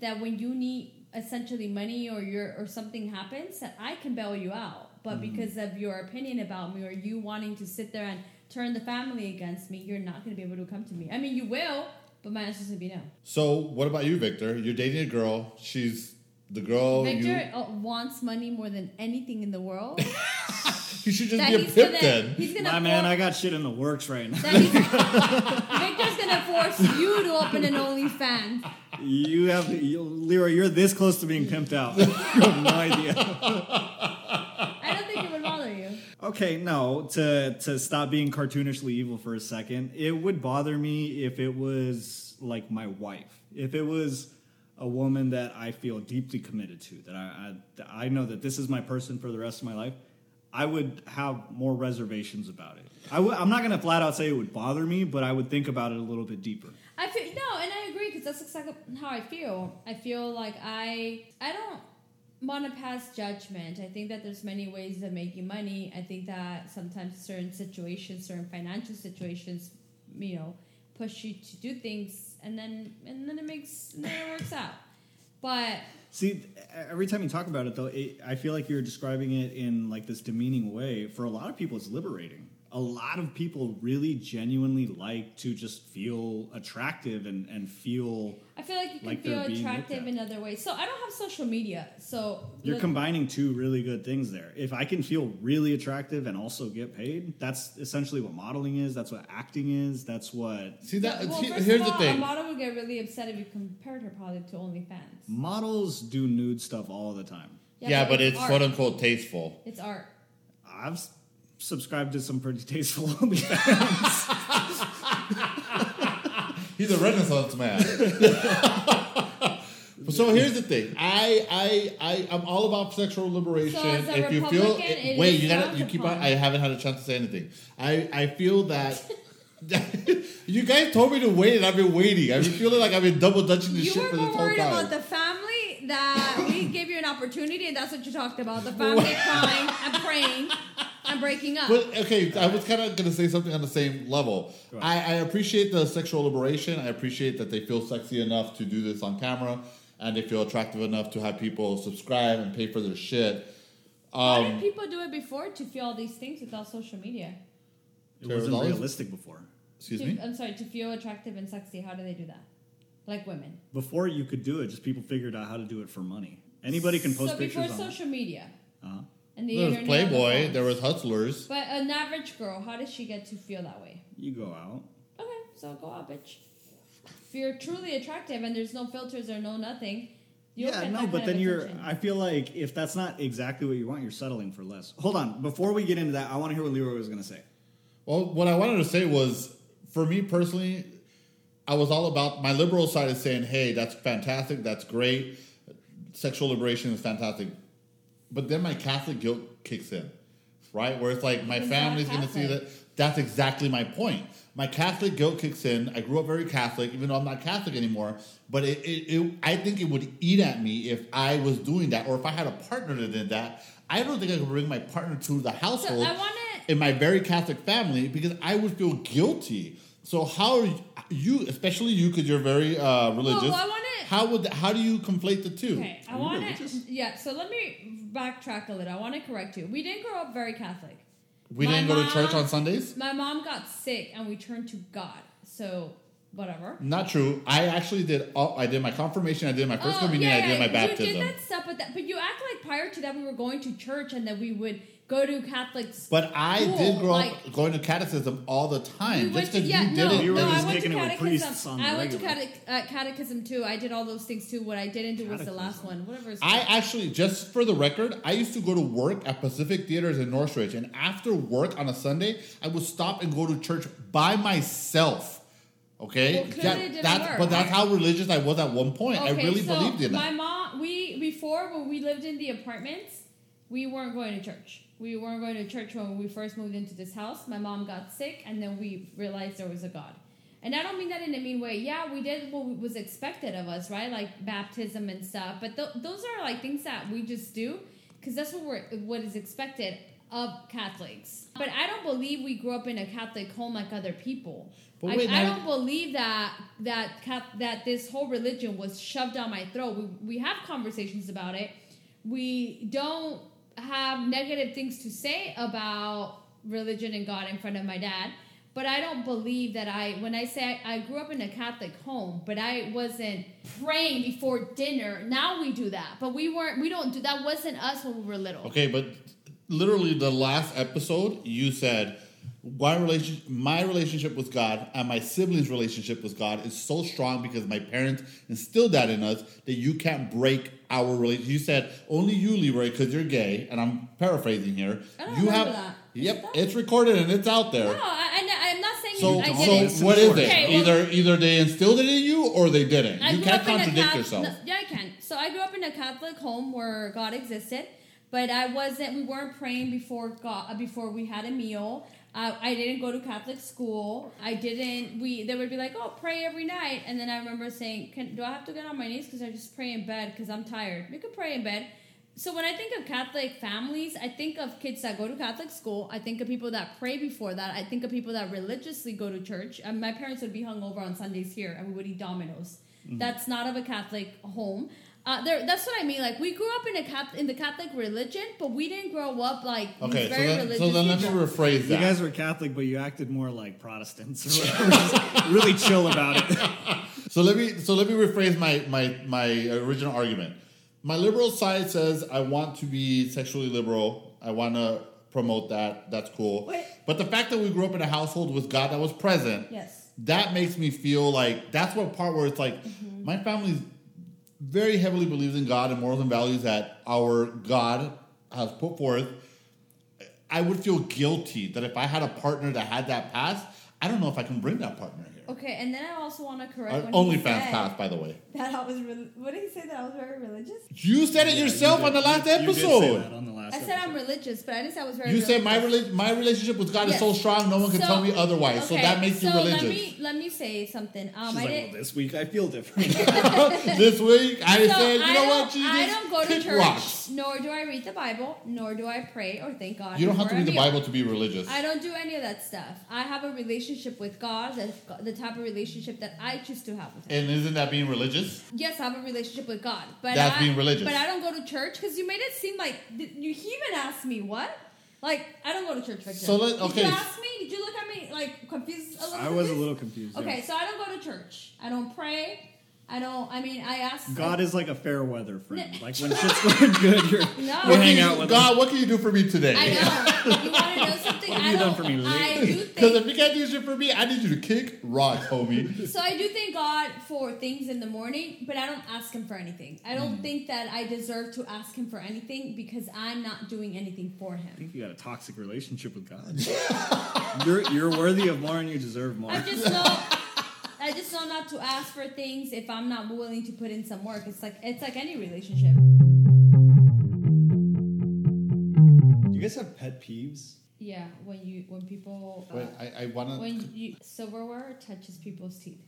[SPEAKER 3] that when you need essentially money or your or something happens, that I can bail you out. But
[SPEAKER 2] Mm-hmm.
[SPEAKER 3] because of your opinion about me or you wanting to sit there and turn the family against me, you're not gonna be able to come to me. I mean, you will, but my answer's gonna be no.
[SPEAKER 2] So, what about you, Victor? You're dating a girl. She's the girl
[SPEAKER 3] Victor uh wants money more than anything in the world.
[SPEAKER 2] you. You should just
[SPEAKER 3] that
[SPEAKER 2] be a
[SPEAKER 3] he's
[SPEAKER 2] pimp
[SPEAKER 3] gonna,
[SPEAKER 2] then.
[SPEAKER 3] he's gonna
[SPEAKER 1] My man,
[SPEAKER 3] force-
[SPEAKER 1] I got shit in the works right now.
[SPEAKER 3] that he's- Victor's gonna force you to open an OnlyFans.
[SPEAKER 1] You have, you, Leroy, you're this close to being pimped out. you have no idea.
[SPEAKER 3] I don't think it would bother you.
[SPEAKER 1] Okay, no, to, to stop being cartoonishly evil for a second, it would bother me if it was like my wife. If it was a woman that I feel deeply committed to, that I, I, I know that this is my person for the rest of my life, I would have more reservations about it. I w- I'm not going to flat out say it would bother me, but I would think about it a little bit deeper.
[SPEAKER 3] I feel no, and I agree because that's exactly how I feel. I feel like I I don't want to pass judgment. I think that there's many ways of making money. I think that sometimes certain situations, certain financial situations, you know, push you to do things, and then and then it makes and then it works out. But
[SPEAKER 1] See, th- every time you talk about it, though, it, I feel like you're describing it in like this demeaning way. For a lot of people, it's liberating. A lot of people really genuinely like to just feel attractive and, and feel
[SPEAKER 3] I feel like you can
[SPEAKER 1] Like they're
[SPEAKER 3] feel
[SPEAKER 1] being looked
[SPEAKER 3] attractive
[SPEAKER 1] at.
[SPEAKER 3] in other ways. So I don't have social media, so
[SPEAKER 1] you're
[SPEAKER 3] let-
[SPEAKER 1] combining two really good things there. If I can feel really attractive and also get paid, that's essentially what modeling is. That's what acting is. That's what
[SPEAKER 2] See that?
[SPEAKER 3] Well,
[SPEAKER 2] see,
[SPEAKER 3] first
[SPEAKER 2] here's
[SPEAKER 3] of all,
[SPEAKER 2] the
[SPEAKER 3] A
[SPEAKER 2] thing.
[SPEAKER 3] model would get really upset if you compared her product to OnlyFans.
[SPEAKER 1] models do nude stuff all the time.
[SPEAKER 2] Yeah, but it's
[SPEAKER 3] art.
[SPEAKER 2] quote unquote tasteful.
[SPEAKER 3] It's art.
[SPEAKER 1] I've s- subscribed to some pretty tasteful OnlyFans.
[SPEAKER 2] He's a Renaissance man. so here's the thing. I I I I'm all about sexual liberation.
[SPEAKER 3] So as a
[SPEAKER 2] if you feel
[SPEAKER 3] Republican, it
[SPEAKER 2] wait,
[SPEAKER 3] is
[SPEAKER 2] you gotta
[SPEAKER 3] frowned
[SPEAKER 2] you keep
[SPEAKER 3] upon.
[SPEAKER 2] on. I haven't had a chance to say anything. I I feel that. you guys told me to wait, and I've been waiting. I've been feeling like I've been double dutching this
[SPEAKER 3] You
[SPEAKER 2] shit
[SPEAKER 3] were
[SPEAKER 2] for this
[SPEAKER 3] more
[SPEAKER 2] whole
[SPEAKER 3] worried about
[SPEAKER 2] time.
[SPEAKER 3] the family that we gave you an opportunity, and that's what you talked about. The family crying and praying and breaking up.
[SPEAKER 2] But okay, I was kind of gonna say something on the same level.
[SPEAKER 1] Go
[SPEAKER 2] I,
[SPEAKER 1] ahead.
[SPEAKER 2] I appreciate the sexual liberation. I appreciate that they feel sexy enough to do this on camera, and they feel attractive enough to have people subscribe and pay for their shit. Um,
[SPEAKER 3] Why did people do it before to feel all these things without social media?
[SPEAKER 1] it wasn't
[SPEAKER 2] $200?
[SPEAKER 1] realistic before.
[SPEAKER 2] Excuse
[SPEAKER 3] To-
[SPEAKER 2] me.
[SPEAKER 3] I'm sorry, to feel attractive and sexy. How do they do that? Like women.
[SPEAKER 1] Before you could do it, just people figured out how to do it for money. Anybody can post
[SPEAKER 3] so before
[SPEAKER 1] pictures on.
[SPEAKER 3] social media
[SPEAKER 1] uh
[SPEAKER 3] and the
[SPEAKER 2] There was
[SPEAKER 3] internet. and the
[SPEAKER 2] Playboy.
[SPEAKER 3] phones.
[SPEAKER 2] There was Hustlers.
[SPEAKER 3] But an average girl, how does she get to feel that way?
[SPEAKER 1] You go out.
[SPEAKER 3] Okay, so go out, bitch. if you're truly attractive and there's no filters or no nothing, you'll
[SPEAKER 1] yeah,
[SPEAKER 3] get
[SPEAKER 1] no,
[SPEAKER 3] that
[SPEAKER 1] but
[SPEAKER 3] kind of
[SPEAKER 1] then you're.
[SPEAKER 3] attention.
[SPEAKER 1] I feel like if that's not exactly what you want, you're settling for less. Hold on, before we get into that, I want to hear what Leroy was going to say.
[SPEAKER 2] Well, what I wanted to say was, for me personally, I was all about my liberal side is saying, "Hey, that's fantastic, that's great, sexual liberation is fantastic," but then my Catholic guilt kicks in, right? Where it's like my
[SPEAKER 3] You're not
[SPEAKER 2] family's going to see
[SPEAKER 3] Catholic.
[SPEAKER 2] that. That's exactly my point. My Catholic guilt kicks in. I grew up very Catholic, even though I'm not Catholic anymore. But it, it, it, I think it would eat at me if I was doing that, or if I had a partner that did that. I don't think I could bring my partner to the household
[SPEAKER 3] I wanna-
[SPEAKER 2] in my very Catholic family because I would feel guilty. So how are you, especially you, because you're very uh, religious.
[SPEAKER 3] I wanna-
[SPEAKER 2] How would how do you conflate the two?
[SPEAKER 3] Okay, I
[SPEAKER 1] Are you
[SPEAKER 3] want to.
[SPEAKER 1] religious?
[SPEAKER 3] Yeah, so let me backtrack a little. I want to correct you. We didn't grow up very Catholic.
[SPEAKER 2] We
[SPEAKER 3] My
[SPEAKER 2] didn't go to
[SPEAKER 3] mom-
[SPEAKER 2] church on Sundays.
[SPEAKER 3] My mom got sick, and we turned to God. So whatever.
[SPEAKER 2] Not true. I actually did. All, I did my confirmation. I did my first communion. I did my baptism.
[SPEAKER 3] Oh, You did that stuff, but that, but you act like prior to that we were going to church and that we would go to Catholic. s-
[SPEAKER 2] But I
[SPEAKER 3] Cool,
[SPEAKER 2] did grow
[SPEAKER 3] like-
[SPEAKER 2] up going to catechism all the time.
[SPEAKER 3] we
[SPEAKER 2] Just
[SPEAKER 3] went
[SPEAKER 2] because
[SPEAKER 3] to, yeah,
[SPEAKER 2] you did
[SPEAKER 3] no,
[SPEAKER 2] it,
[SPEAKER 1] We were
[SPEAKER 3] no, I
[SPEAKER 1] just
[SPEAKER 3] went to
[SPEAKER 1] taking it with priests
[SPEAKER 3] catechism.
[SPEAKER 1] on the
[SPEAKER 3] I went to
[SPEAKER 1] regular.
[SPEAKER 3] catech uh, catechism too. I did all those things too. What I didn't do was the last one. Whatever. it's
[SPEAKER 2] I
[SPEAKER 3] called.
[SPEAKER 2] actually, just for the record, I used to go to work at Pacific Theaters in Northridge, and after work on a Sunday, I would stop and go to church by myself. Okay,
[SPEAKER 3] Well, clearly
[SPEAKER 2] That-
[SPEAKER 3] it didn't
[SPEAKER 2] that's-
[SPEAKER 3] work.
[SPEAKER 2] but that's how religious I was at one point. I really
[SPEAKER 3] so
[SPEAKER 2] believed in
[SPEAKER 3] my
[SPEAKER 2] that.
[SPEAKER 3] mom. We before when we lived in the apartments, we weren't going to church. We weren't going to church when we first moved into this house. My mom got sick, and then we realized there was a God. And I don't mean that in a mean way. Yeah, we did what was expected of us, right? Like baptism and stuff. But th- those are like things that we just do because that's what we're what is expected of Catholics. But I don't believe we grew up in a Catholic home like other people.
[SPEAKER 2] But
[SPEAKER 3] I-
[SPEAKER 2] wait,
[SPEAKER 3] I
[SPEAKER 2] now-
[SPEAKER 3] don't believe that that Cath- that this whole religion was shoved down my throat. We we have conversations about it. We don't have negative things to say about religion and God in front of my dad. But I don't believe that I when I say I, I grew up in a Catholic home, but I wasn't praying before dinner. Now we do that, but we weren't. We don't do that. Wasn't us when we were little.
[SPEAKER 2] Okay, but literally the last episode, you said my relation, my relationship with God and my siblings' relationship with God is so strong because my parents instilled that in us that you can't break our relationship. You said only you, Leroy, because you're gay, and I'm paraphrasing here.
[SPEAKER 3] I don't
[SPEAKER 2] you
[SPEAKER 3] remember
[SPEAKER 2] have,
[SPEAKER 3] that. Is
[SPEAKER 2] yep,
[SPEAKER 3] it that?
[SPEAKER 2] it's recorded and it's out there.
[SPEAKER 3] No, I, I, I'm not saying
[SPEAKER 2] So,
[SPEAKER 3] I
[SPEAKER 1] don't
[SPEAKER 3] didn't.
[SPEAKER 2] so what is it?
[SPEAKER 3] Okay, well-
[SPEAKER 2] either either they instilled it in you or they didn't.
[SPEAKER 3] I
[SPEAKER 2] you
[SPEAKER 3] grew
[SPEAKER 2] can't
[SPEAKER 3] up in a
[SPEAKER 2] contradict
[SPEAKER 3] Cath-
[SPEAKER 2] yourself.
[SPEAKER 3] no, yeah, I can. So I grew up in a Catholic home where God existed, but I wasn't. We weren't praying before God. uh, Before we had a meal, uh, I didn't go to Catholic school. I didn't. We they would be like, "Oh, pray every night," and then I remember saying, can, "Do I have to get on my knees because I just pray in bed because I'm tired?" We could pray in bed. So when I think of Catholic families, I think of kids that go to Catholic school. I think of people that pray before that. I think of people that religiously go to church. And my parents would be hungover on Sundays here, and we would eat Dominoes.
[SPEAKER 2] Mm-hmm.
[SPEAKER 3] That's not of a Catholic home. Uh, there, that's what I mean. Like we grew up in a Cath- in the Catholic religion, but we didn't grow up like these
[SPEAKER 2] Okay, so
[SPEAKER 3] very
[SPEAKER 2] then,
[SPEAKER 3] religious.
[SPEAKER 2] so then let me
[SPEAKER 3] people.
[SPEAKER 2] rephrase that.
[SPEAKER 1] You guys were Catholic, but you acted more like Protestants. or whatever. Just really chill about it.
[SPEAKER 2] So let me so let me rephrase my my my original argument. My liberal side says I want to be sexually liberal. I want to promote that. That's cool.
[SPEAKER 3] Wait.
[SPEAKER 2] But the fact that we grew up in a household with God that was present,
[SPEAKER 3] yes.
[SPEAKER 2] that makes me feel like that's what part where it's like
[SPEAKER 3] Mm-hmm.
[SPEAKER 2] my family very heavily believes in God and morals and values that our God has put forth. I would feel guilty that if I had a partner that had that past, I don't know if I can bring that partner here.
[SPEAKER 3] Okay, and then I also want to correct
[SPEAKER 2] Uh,
[SPEAKER 3] when he
[SPEAKER 2] OnlyFans
[SPEAKER 3] said
[SPEAKER 2] pass, by the way.
[SPEAKER 3] that I was. Re- what did he say that I was very religious?
[SPEAKER 2] You said it yourself
[SPEAKER 1] You
[SPEAKER 2] on
[SPEAKER 1] did-
[SPEAKER 2] the last
[SPEAKER 1] you- you did say that
[SPEAKER 2] episode.
[SPEAKER 1] on the last
[SPEAKER 3] I said I'm
[SPEAKER 1] episode.
[SPEAKER 3] religious, but I didn't say I was very.
[SPEAKER 2] You said my
[SPEAKER 3] religious.
[SPEAKER 2] rela- my relationship with God is so
[SPEAKER 3] Yes.
[SPEAKER 2] strong, no one can
[SPEAKER 3] So-
[SPEAKER 2] tell me otherwise. So
[SPEAKER 3] okay,
[SPEAKER 2] that makes you
[SPEAKER 3] so
[SPEAKER 2] religious.
[SPEAKER 3] Let me let me say something. Um,
[SPEAKER 1] She's
[SPEAKER 3] I
[SPEAKER 1] like,
[SPEAKER 3] did.
[SPEAKER 1] well, this week I feel different.
[SPEAKER 2] this week, I
[SPEAKER 3] So
[SPEAKER 2] said, you know
[SPEAKER 3] I don't-
[SPEAKER 2] what, Jesus,
[SPEAKER 3] I don't go to
[SPEAKER 2] kick
[SPEAKER 3] church,
[SPEAKER 2] rocks.
[SPEAKER 3] nor do I read the Bible, nor do I pray or thank God.
[SPEAKER 2] You don't have to
[SPEAKER 3] before
[SPEAKER 2] read
[SPEAKER 3] a
[SPEAKER 2] the
[SPEAKER 3] meal.
[SPEAKER 2] Bible to be religious.
[SPEAKER 3] I don't do any of that stuff. I have a relationship with God, that's go- the type of relationship that I choose to have with Him.
[SPEAKER 2] And isn't that being religious?
[SPEAKER 3] Yes, I have a relationship with God, but
[SPEAKER 2] That's
[SPEAKER 3] I,
[SPEAKER 2] being religious.
[SPEAKER 3] But I don't go to church because you made it seem like th- you even asked me what. Like I don't go to church. Victor.
[SPEAKER 2] So let- okay.
[SPEAKER 3] Did you ask me? Did you look at me like confused? A little
[SPEAKER 1] I was a
[SPEAKER 3] confused?
[SPEAKER 1] little confused. yeah.
[SPEAKER 3] Okay, so I don't go to church. I don't pray. I don't. I mean, I asked.
[SPEAKER 1] God is like a fair weather friend. Like when shit's going good, you're,
[SPEAKER 3] No.
[SPEAKER 1] you
[SPEAKER 3] What
[SPEAKER 1] hang
[SPEAKER 2] you-
[SPEAKER 1] out with
[SPEAKER 2] God, what can you do for me today?
[SPEAKER 3] I know. you want to know something?
[SPEAKER 1] What have
[SPEAKER 3] I
[SPEAKER 1] you
[SPEAKER 3] don't.
[SPEAKER 1] done for me
[SPEAKER 3] I
[SPEAKER 1] lately?
[SPEAKER 3] do
[SPEAKER 2] Because if
[SPEAKER 3] think
[SPEAKER 2] you can't do shit for me, I need you to kick rock, homie.
[SPEAKER 3] So I do thank God for things in the morning, but I don't ask him for anything. I
[SPEAKER 1] Mm.
[SPEAKER 3] don't think that I deserve to ask him for anything because I'm not doing anything for
[SPEAKER 1] I
[SPEAKER 3] him.
[SPEAKER 1] think you got a toxic relationship with God. you're you're worthy of more and you deserve more.
[SPEAKER 3] I just know I just know not to ask for things if I'm not willing to put in some work. It's like it's like any relationship.
[SPEAKER 1] Do you guys have pet peeves?
[SPEAKER 3] Yeah, when you when people uh,
[SPEAKER 2] Wait, I, I wanna.
[SPEAKER 3] when you silverware touches people's teeth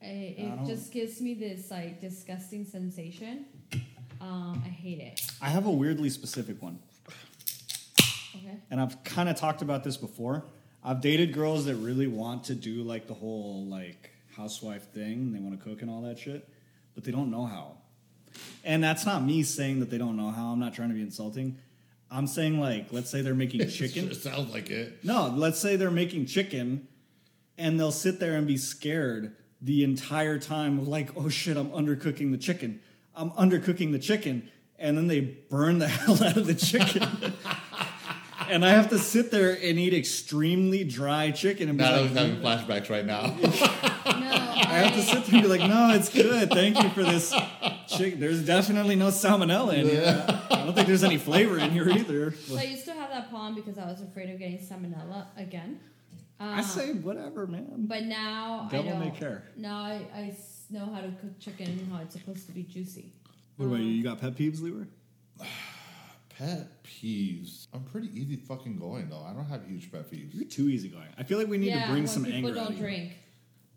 [SPEAKER 3] it,
[SPEAKER 1] I
[SPEAKER 3] it
[SPEAKER 1] don't-
[SPEAKER 3] just gives me this like disgusting sensation um, i hate it
[SPEAKER 1] I have a weirdly specific one.
[SPEAKER 3] okay
[SPEAKER 1] and I've kind of talked about this before. I've dated girls that really want to do like the whole like housewife thing. and They want to cook and all that shit, but they don't know how. And that's not me saying that they don't know how. I'm not trying to be insulting. I'm saying like, let's say they're making chicken.
[SPEAKER 2] It sounds like it.
[SPEAKER 1] No, let's say they're making chicken, and they'll sit there and be scared the entire time. Like, oh shit, I'm undercooking the chicken. I'm undercooking the chicken, and then they burn the hell out of the chicken. and I have to sit there and eat extremely dry chicken and be
[SPEAKER 2] Now
[SPEAKER 1] like,
[SPEAKER 2] I'm having flashbacks right now.
[SPEAKER 3] no
[SPEAKER 1] I have to
[SPEAKER 3] I,
[SPEAKER 1] sit there and be like, no, it's good. Thank you for this chicken. There's definitely no salmonella in here. I don't think there's any flavor in here either.
[SPEAKER 3] so i used to have that problem because i was afraid of getting salmonella again um,
[SPEAKER 1] I say whatever, man.
[SPEAKER 3] but now
[SPEAKER 1] Devil
[SPEAKER 3] i don't
[SPEAKER 1] may care.
[SPEAKER 3] now I, I s- know how to cook chicken and how it's supposed to be juicy
[SPEAKER 1] What about you? You got pet peeves, Lever?
[SPEAKER 2] Pet peeves. I'm pretty easy fucking going though. I don't have huge pet peeves.
[SPEAKER 1] You're too easygoing. I feel like we need
[SPEAKER 3] yeah
[SPEAKER 1] to bring
[SPEAKER 3] when
[SPEAKER 1] some
[SPEAKER 3] people
[SPEAKER 1] anger. out
[SPEAKER 3] don't
[SPEAKER 1] of you.
[SPEAKER 3] drink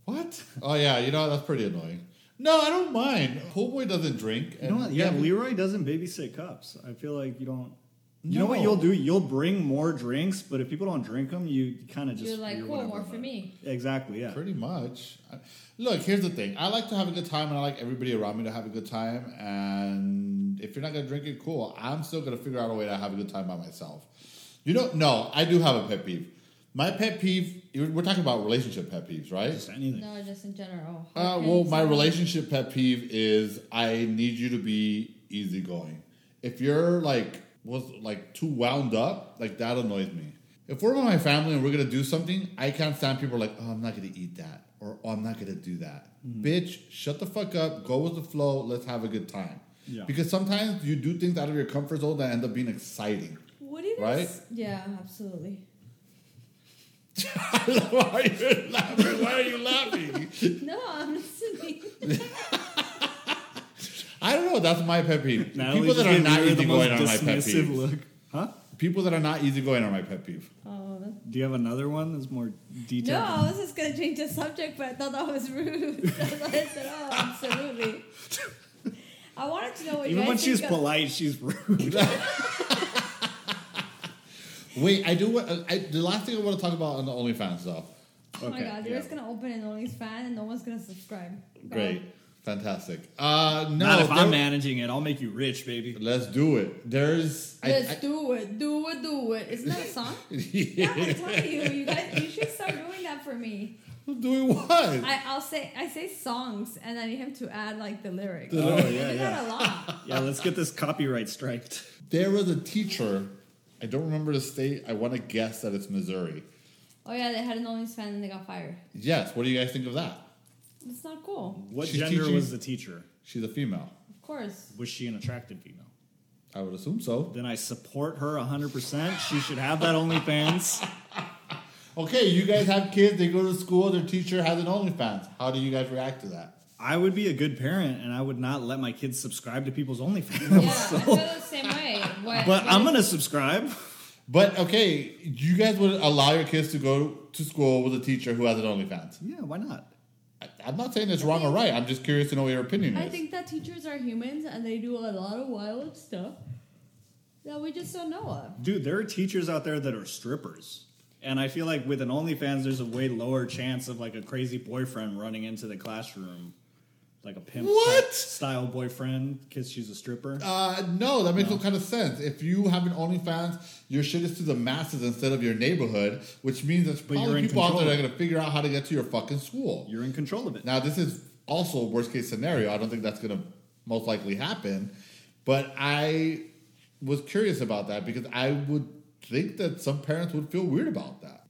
[SPEAKER 2] What? Oh yeah, you know that's pretty annoying. No, I don't mind. Homeboy doesn't drink.
[SPEAKER 1] You know what? Yeah, Leroy doesn't babysit cups. I feel like you don't. You know what you'll do? You'll bring more drinks, but if people don't drink them, you kind of just
[SPEAKER 3] You're like, cool,
[SPEAKER 1] whatever
[SPEAKER 3] more
[SPEAKER 1] about
[SPEAKER 3] for
[SPEAKER 1] it.
[SPEAKER 3] me.
[SPEAKER 1] Exactly. Yeah.
[SPEAKER 2] Pretty much. I- Look, here's the thing. I like to have a good time, and I like everybody around me to have a good time. And if you're not gonna drink it, cool. I'm still gonna figure out a way to have a good time by myself. You know? No, I do have a pet peeve. My pet peeve. We're talking about relationship pet peeves, right?
[SPEAKER 1] Just anything.
[SPEAKER 3] no just in general How
[SPEAKER 2] Uh,
[SPEAKER 3] can
[SPEAKER 2] well, my
[SPEAKER 3] someone-
[SPEAKER 2] relationship pet peeve is I need you to be easygoing. If you're like was like too wound up, like that annoys me. If we're with my family and we're gonna do something, I can't stand people like, oh, I'm not gonna eat that, or oh, I'm not gonna do that.
[SPEAKER 1] Mm-hmm.
[SPEAKER 2] Bitch, shut the fuck up. Go with the flow. Let's have a good time.
[SPEAKER 1] Yeah.
[SPEAKER 2] Because sometimes you do things out of your comfort zone that end up being exciting.
[SPEAKER 3] what do you guys-
[SPEAKER 2] Right?
[SPEAKER 3] yeah absolutely
[SPEAKER 2] Why are you laughing? Why are you laughing?
[SPEAKER 3] No, I'm listening.
[SPEAKER 2] I don't know. That's my pet peeve.
[SPEAKER 1] Natalie
[SPEAKER 2] people that
[SPEAKER 1] just
[SPEAKER 2] are
[SPEAKER 1] gave
[SPEAKER 2] not
[SPEAKER 1] Leroy the most
[SPEAKER 2] easygoing are my pet
[SPEAKER 1] dismissive
[SPEAKER 2] peeves.
[SPEAKER 1] look. Huh?
[SPEAKER 2] People that are not easygoing are my pet peeve.
[SPEAKER 3] oh, that's...
[SPEAKER 1] Do you have another one that's more
[SPEAKER 3] No,
[SPEAKER 1] detailed?
[SPEAKER 3] I was just gonna change the subject, but I thought that was rude. That's why I said, "Oh, absolutely." I wanted to know what you
[SPEAKER 1] Even
[SPEAKER 3] guys
[SPEAKER 1] when she's
[SPEAKER 3] think of-
[SPEAKER 1] polite, she's rude.
[SPEAKER 2] Wait, I do. wa- I, the last thing I want to talk about on the OnlyFans though.
[SPEAKER 3] Oh my
[SPEAKER 1] Okay,
[SPEAKER 3] god,
[SPEAKER 1] yeah.
[SPEAKER 3] they're just gonna open an OnlyFans and no one's gonna subscribe. Bro.
[SPEAKER 2] Great, fantastic. Uh, no,
[SPEAKER 1] Not if I'm
[SPEAKER 2] there-
[SPEAKER 1] managing it. I'll make you rich, baby.
[SPEAKER 2] Let's do it. There's. I-
[SPEAKER 3] Let's
[SPEAKER 2] I-
[SPEAKER 3] do it, do it, do it. Isn't that a song? yeah, I'm telling you, you guys, you should start doing that for me.
[SPEAKER 2] doing what?
[SPEAKER 3] I, I'll say, I say songs, and I need him to add like the lyrics.
[SPEAKER 1] Oh,
[SPEAKER 3] I
[SPEAKER 1] yeah,
[SPEAKER 3] do
[SPEAKER 1] yeah.
[SPEAKER 3] that a lot.
[SPEAKER 1] Yeah, let's get this copyright striked.
[SPEAKER 2] There was a teacher. I don't remember the state. I want to guess that it's Missouri.
[SPEAKER 3] Oh yeah, they had an OnlyFans and they got fired.
[SPEAKER 2] Yes. What do you guys think of that?
[SPEAKER 3] It's not cool.
[SPEAKER 1] What
[SPEAKER 2] She's
[SPEAKER 1] gender
[SPEAKER 2] teaching-
[SPEAKER 1] was the teacher?
[SPEAKER 2] She's a female.
[SPEAKER 3] Of course.
[SPEAKER 1] Was she an attractive female?
[SPEAKER 2] I would assume so.
[SPEAKER 1] Then I support her 100%. She should have that OnlyFans.
[SPEAKER 2] Okay, you guys have kids. They go to school. Their teacher has an OnlyFans. How do you guys react to that?
[SPEAKER 1] I would be a good parent and I would not let my kids subscribe to people's OnlyFans.
[SPEAKER 3] Yeah, I feel the same way. What,
[SPEAKER 1] But
[SPEAKER 3] what
[SPEAKER 1] I'm
[SPEAKER 3] is-
[SPEAKER 1] gonna subscribe.
[SPEAKER 2] But okay, you guys would allow your kids to go to school with a teacher who has an OnlyFans.
[SPEAKER 1] Yeah, why not?
[SPEAKER 2] I, I'm not saying it's wrong or right. I'm just curious to know what your opinion
[SPEAKER 3] I
[SPEAKER 2] is.
[SPEAKER 3] think that teachers are humans and they do a lot of wild stuff that we just don't know of.
[SPEAKER 1] Dude, there are teachers out there that are strippers. And I feel like with an OnlyFans, there's a way lower chance of like a crazy boyfriend running into the classroom, like a pimp
[SPEAKER 2] What?
[SPEAKER 1] style boyfriend because she's a stripper.
[SPEAKER 2] uh, no, that makes no. kind of sense. If you have an OnlyFans, your shit is to the masses instead of your neighborhood, which means there's
[SPEAKER 1] you're
[SPEAKER 2] probably
[SPEAKER 1] in
[SPEAKER 2] people out there
[SPEAKER 1] control.
[SPEAKER 2] that are going to figure out how to get to your fucking school.
[SPEAKER 1] You're in control of it.
[SPEAKER 2] Now, this is also worst case scenario. I don't think that's going to most likely happen, but I was curious about that because I would think that some parents would feel weird about that.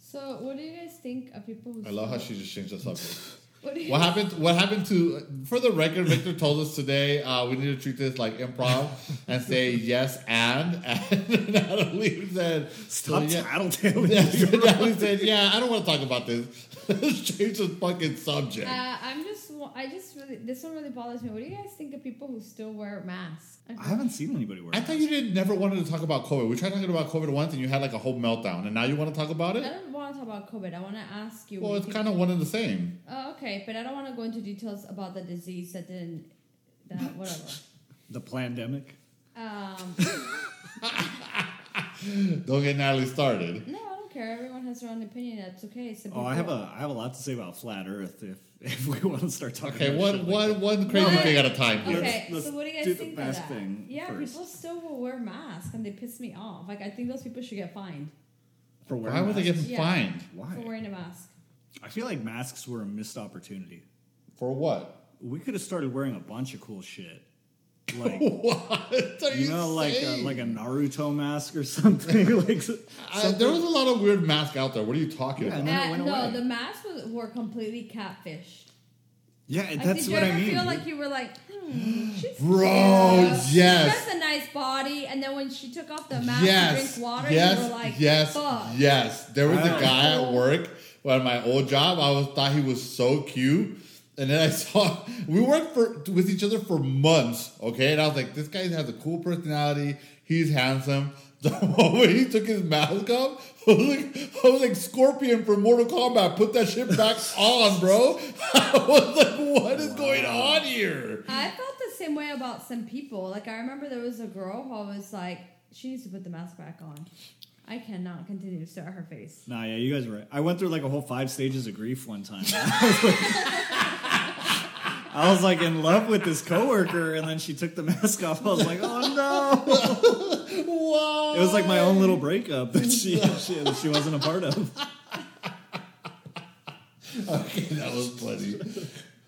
[SPEAKER 3] So, what do you guys think of people who? Uh,
[SPEAKER 2] I love how she just changed the subject.
[SPEAKER 3] What, do you,
[SPEAKER 2] What happened? What happened to? For the record, Victor told us today uh, we need to treat this like improv and say yes and. And Natalie said,
[SPEAKER 1] Stop
[SPEAKER 2] so, yeah,
[SPEAKER 1] tattletailing.
[SPEAKER 2] yeah, Natalie said, "Yeah, I don't want to talk about this. Let's change the fucking subject."
[SPEAKER 3] Uh, I'm just. wa- I just really. This one really bothers me. What do you guys think of people who still wear masks? I-
[SPEAKER 1] I haven't seen anybody wear.
[SPEAKER 2] I thought you did never wanted to talk about COVID. We tried talking about COVID once, and you had like a whole meltdown, and now you want to talk about
[SPEAKER 3] I
[SPEAKER 2] it.
[SPEAKER 3] don't want to talk about COVID. I want to ask you.
[SPEAKER 2] Well,
[SPEAKER 3] what
[SPEAKER 2] it's
[SPEAKER 3] you
[SPEAKER 2] kind of one and the same.
[SPEAKER 3] Oh, okay, but I don't want to go into details about the disease that didn't. That whatever.
[SPEAKER 1] the pandemic.
[SPEAKER 3] Um,
[SPEAKER 2] Don't get Natalie started.
[SPEAKER 3] no, I don't care. Everyone has their own opinion. That's okay. Some
[SPEAKER 1] Oh, I have
[SPEAKER 3] people-
[SPEAKER 1] a I have a lot to say about flat Earth. If if we want to start talking.
[SPEAKER 2] Okay,
[SPEAKER 1] about shit
[SPEAKER 2] one
[SPEAKER 1] like
[SPEAKER 2] one one crazy
[SPEAKER 3] Well,
[SPEAKER 2] thing at a time. here.
[SPEAKER 3] Okay,
[SPEAKER 1] Let's- let's
[SPEAKER 3] so what do you guys
[SPEAKER 1] do the
[SPEAKER 3] think of
[SPEAKER 1] mask
[SPEAKER 3] that?
[SPEAKER 1] thing
[SPEAKER 3] yeah,
[SPEAKER 1] first.
[SPEAKER 3] people still will wear masks, and they piss me off. Like I think those people should get fined
[SPEAKER 1] that. for
[SPEAKER 2] Why would they get
[SPEAKER 1] masks.
[SPEAKER 3] Yeah.
[SPEAKER 2] fined
[SPEAKER 3] for
[SPEAKER 1] Why?
[SPEAKER 3] wearing a mask.
[SPEAKER 1] I feel like masks were a missed opportunity.
[SPEAKER 2] for what?
[SPEAKER 1] We could have started wearing a bunch of cool shit, like
[SPEAKER 2] What are you,
[SPEAKER 1] you know, like a,
[SPEAKER 2] saying?
[SPEAKER 1] like a Naruto mask or something. like s-
[SPEAKER 2] I,
[SPEAKER 1] something-
[SPEAKER 2] there was a lot of weird masks out there. What are you talking
[SPEAKER 1] Yeah,
[SPEAKER 2] about?
[SPEAKER 1] And then it
[SPEAKER 3] Uh,
[SPEAKER 1] went
[SPEAKER 3] no,
[SPEAKER 1] away.
[SPEAKER 3] the masks was, were completely catfished.
[SPEAKER 1] yeah,
[SPEAKER 3] Like,
[SPEAKER 1] that's
[SPEAKER 3] did
[SPEAKER 1] what
[SPEAKER 3] you
[SPEAKER 1] I
[SPEAKER 3] ever
[SPEAKER 1] mean.
[SPEAKER 3] feel like you were like, hmm, she's
[SPEAKER 2] Bro,
[SPEAKER 3] cute.
[SPEAKER 2] yes.
[SPEAKER 3] She has a nice body, and then when she took off the mask to drink water,
[SPEAKER 2] yes,
[SPEAKER 3] you were like,
[SPEAKER 2] yes,
[SPEAKER 3] fuck.
[SPEAKER 2] yes. There was a
[SPEAKER 1] Wow.
[SPEAKER 2] guy at work at my old job. I was thought he was so cute, and then I saw we worked for with each other for months. Okay, and I was like, this guy has a cool personality. He's handsome. The moment he took his mask off, I was like, I was like Scorpion from Mortal Kombat. Put that shit back on, bro. I was like, what is going on here?
[SPEAKER 3] I felt the same way about some people. Like I remember there was a girl who I was like, she needs to put the mask back on. I cannot continue to stare at her face.
[SPEAKER 1] Nah, yeah, you guys were right. I went through like a whole five stages of grief one time. I was like, I was like in love with this coworker, and then she took the mask off. I was like, oh no!
[SPEAKER 2] Wow.
[SPEAKER 1] It was like my own little breakup that she she, that she wasn't a part of.
[SPEAKER 2] Okay, that was funny.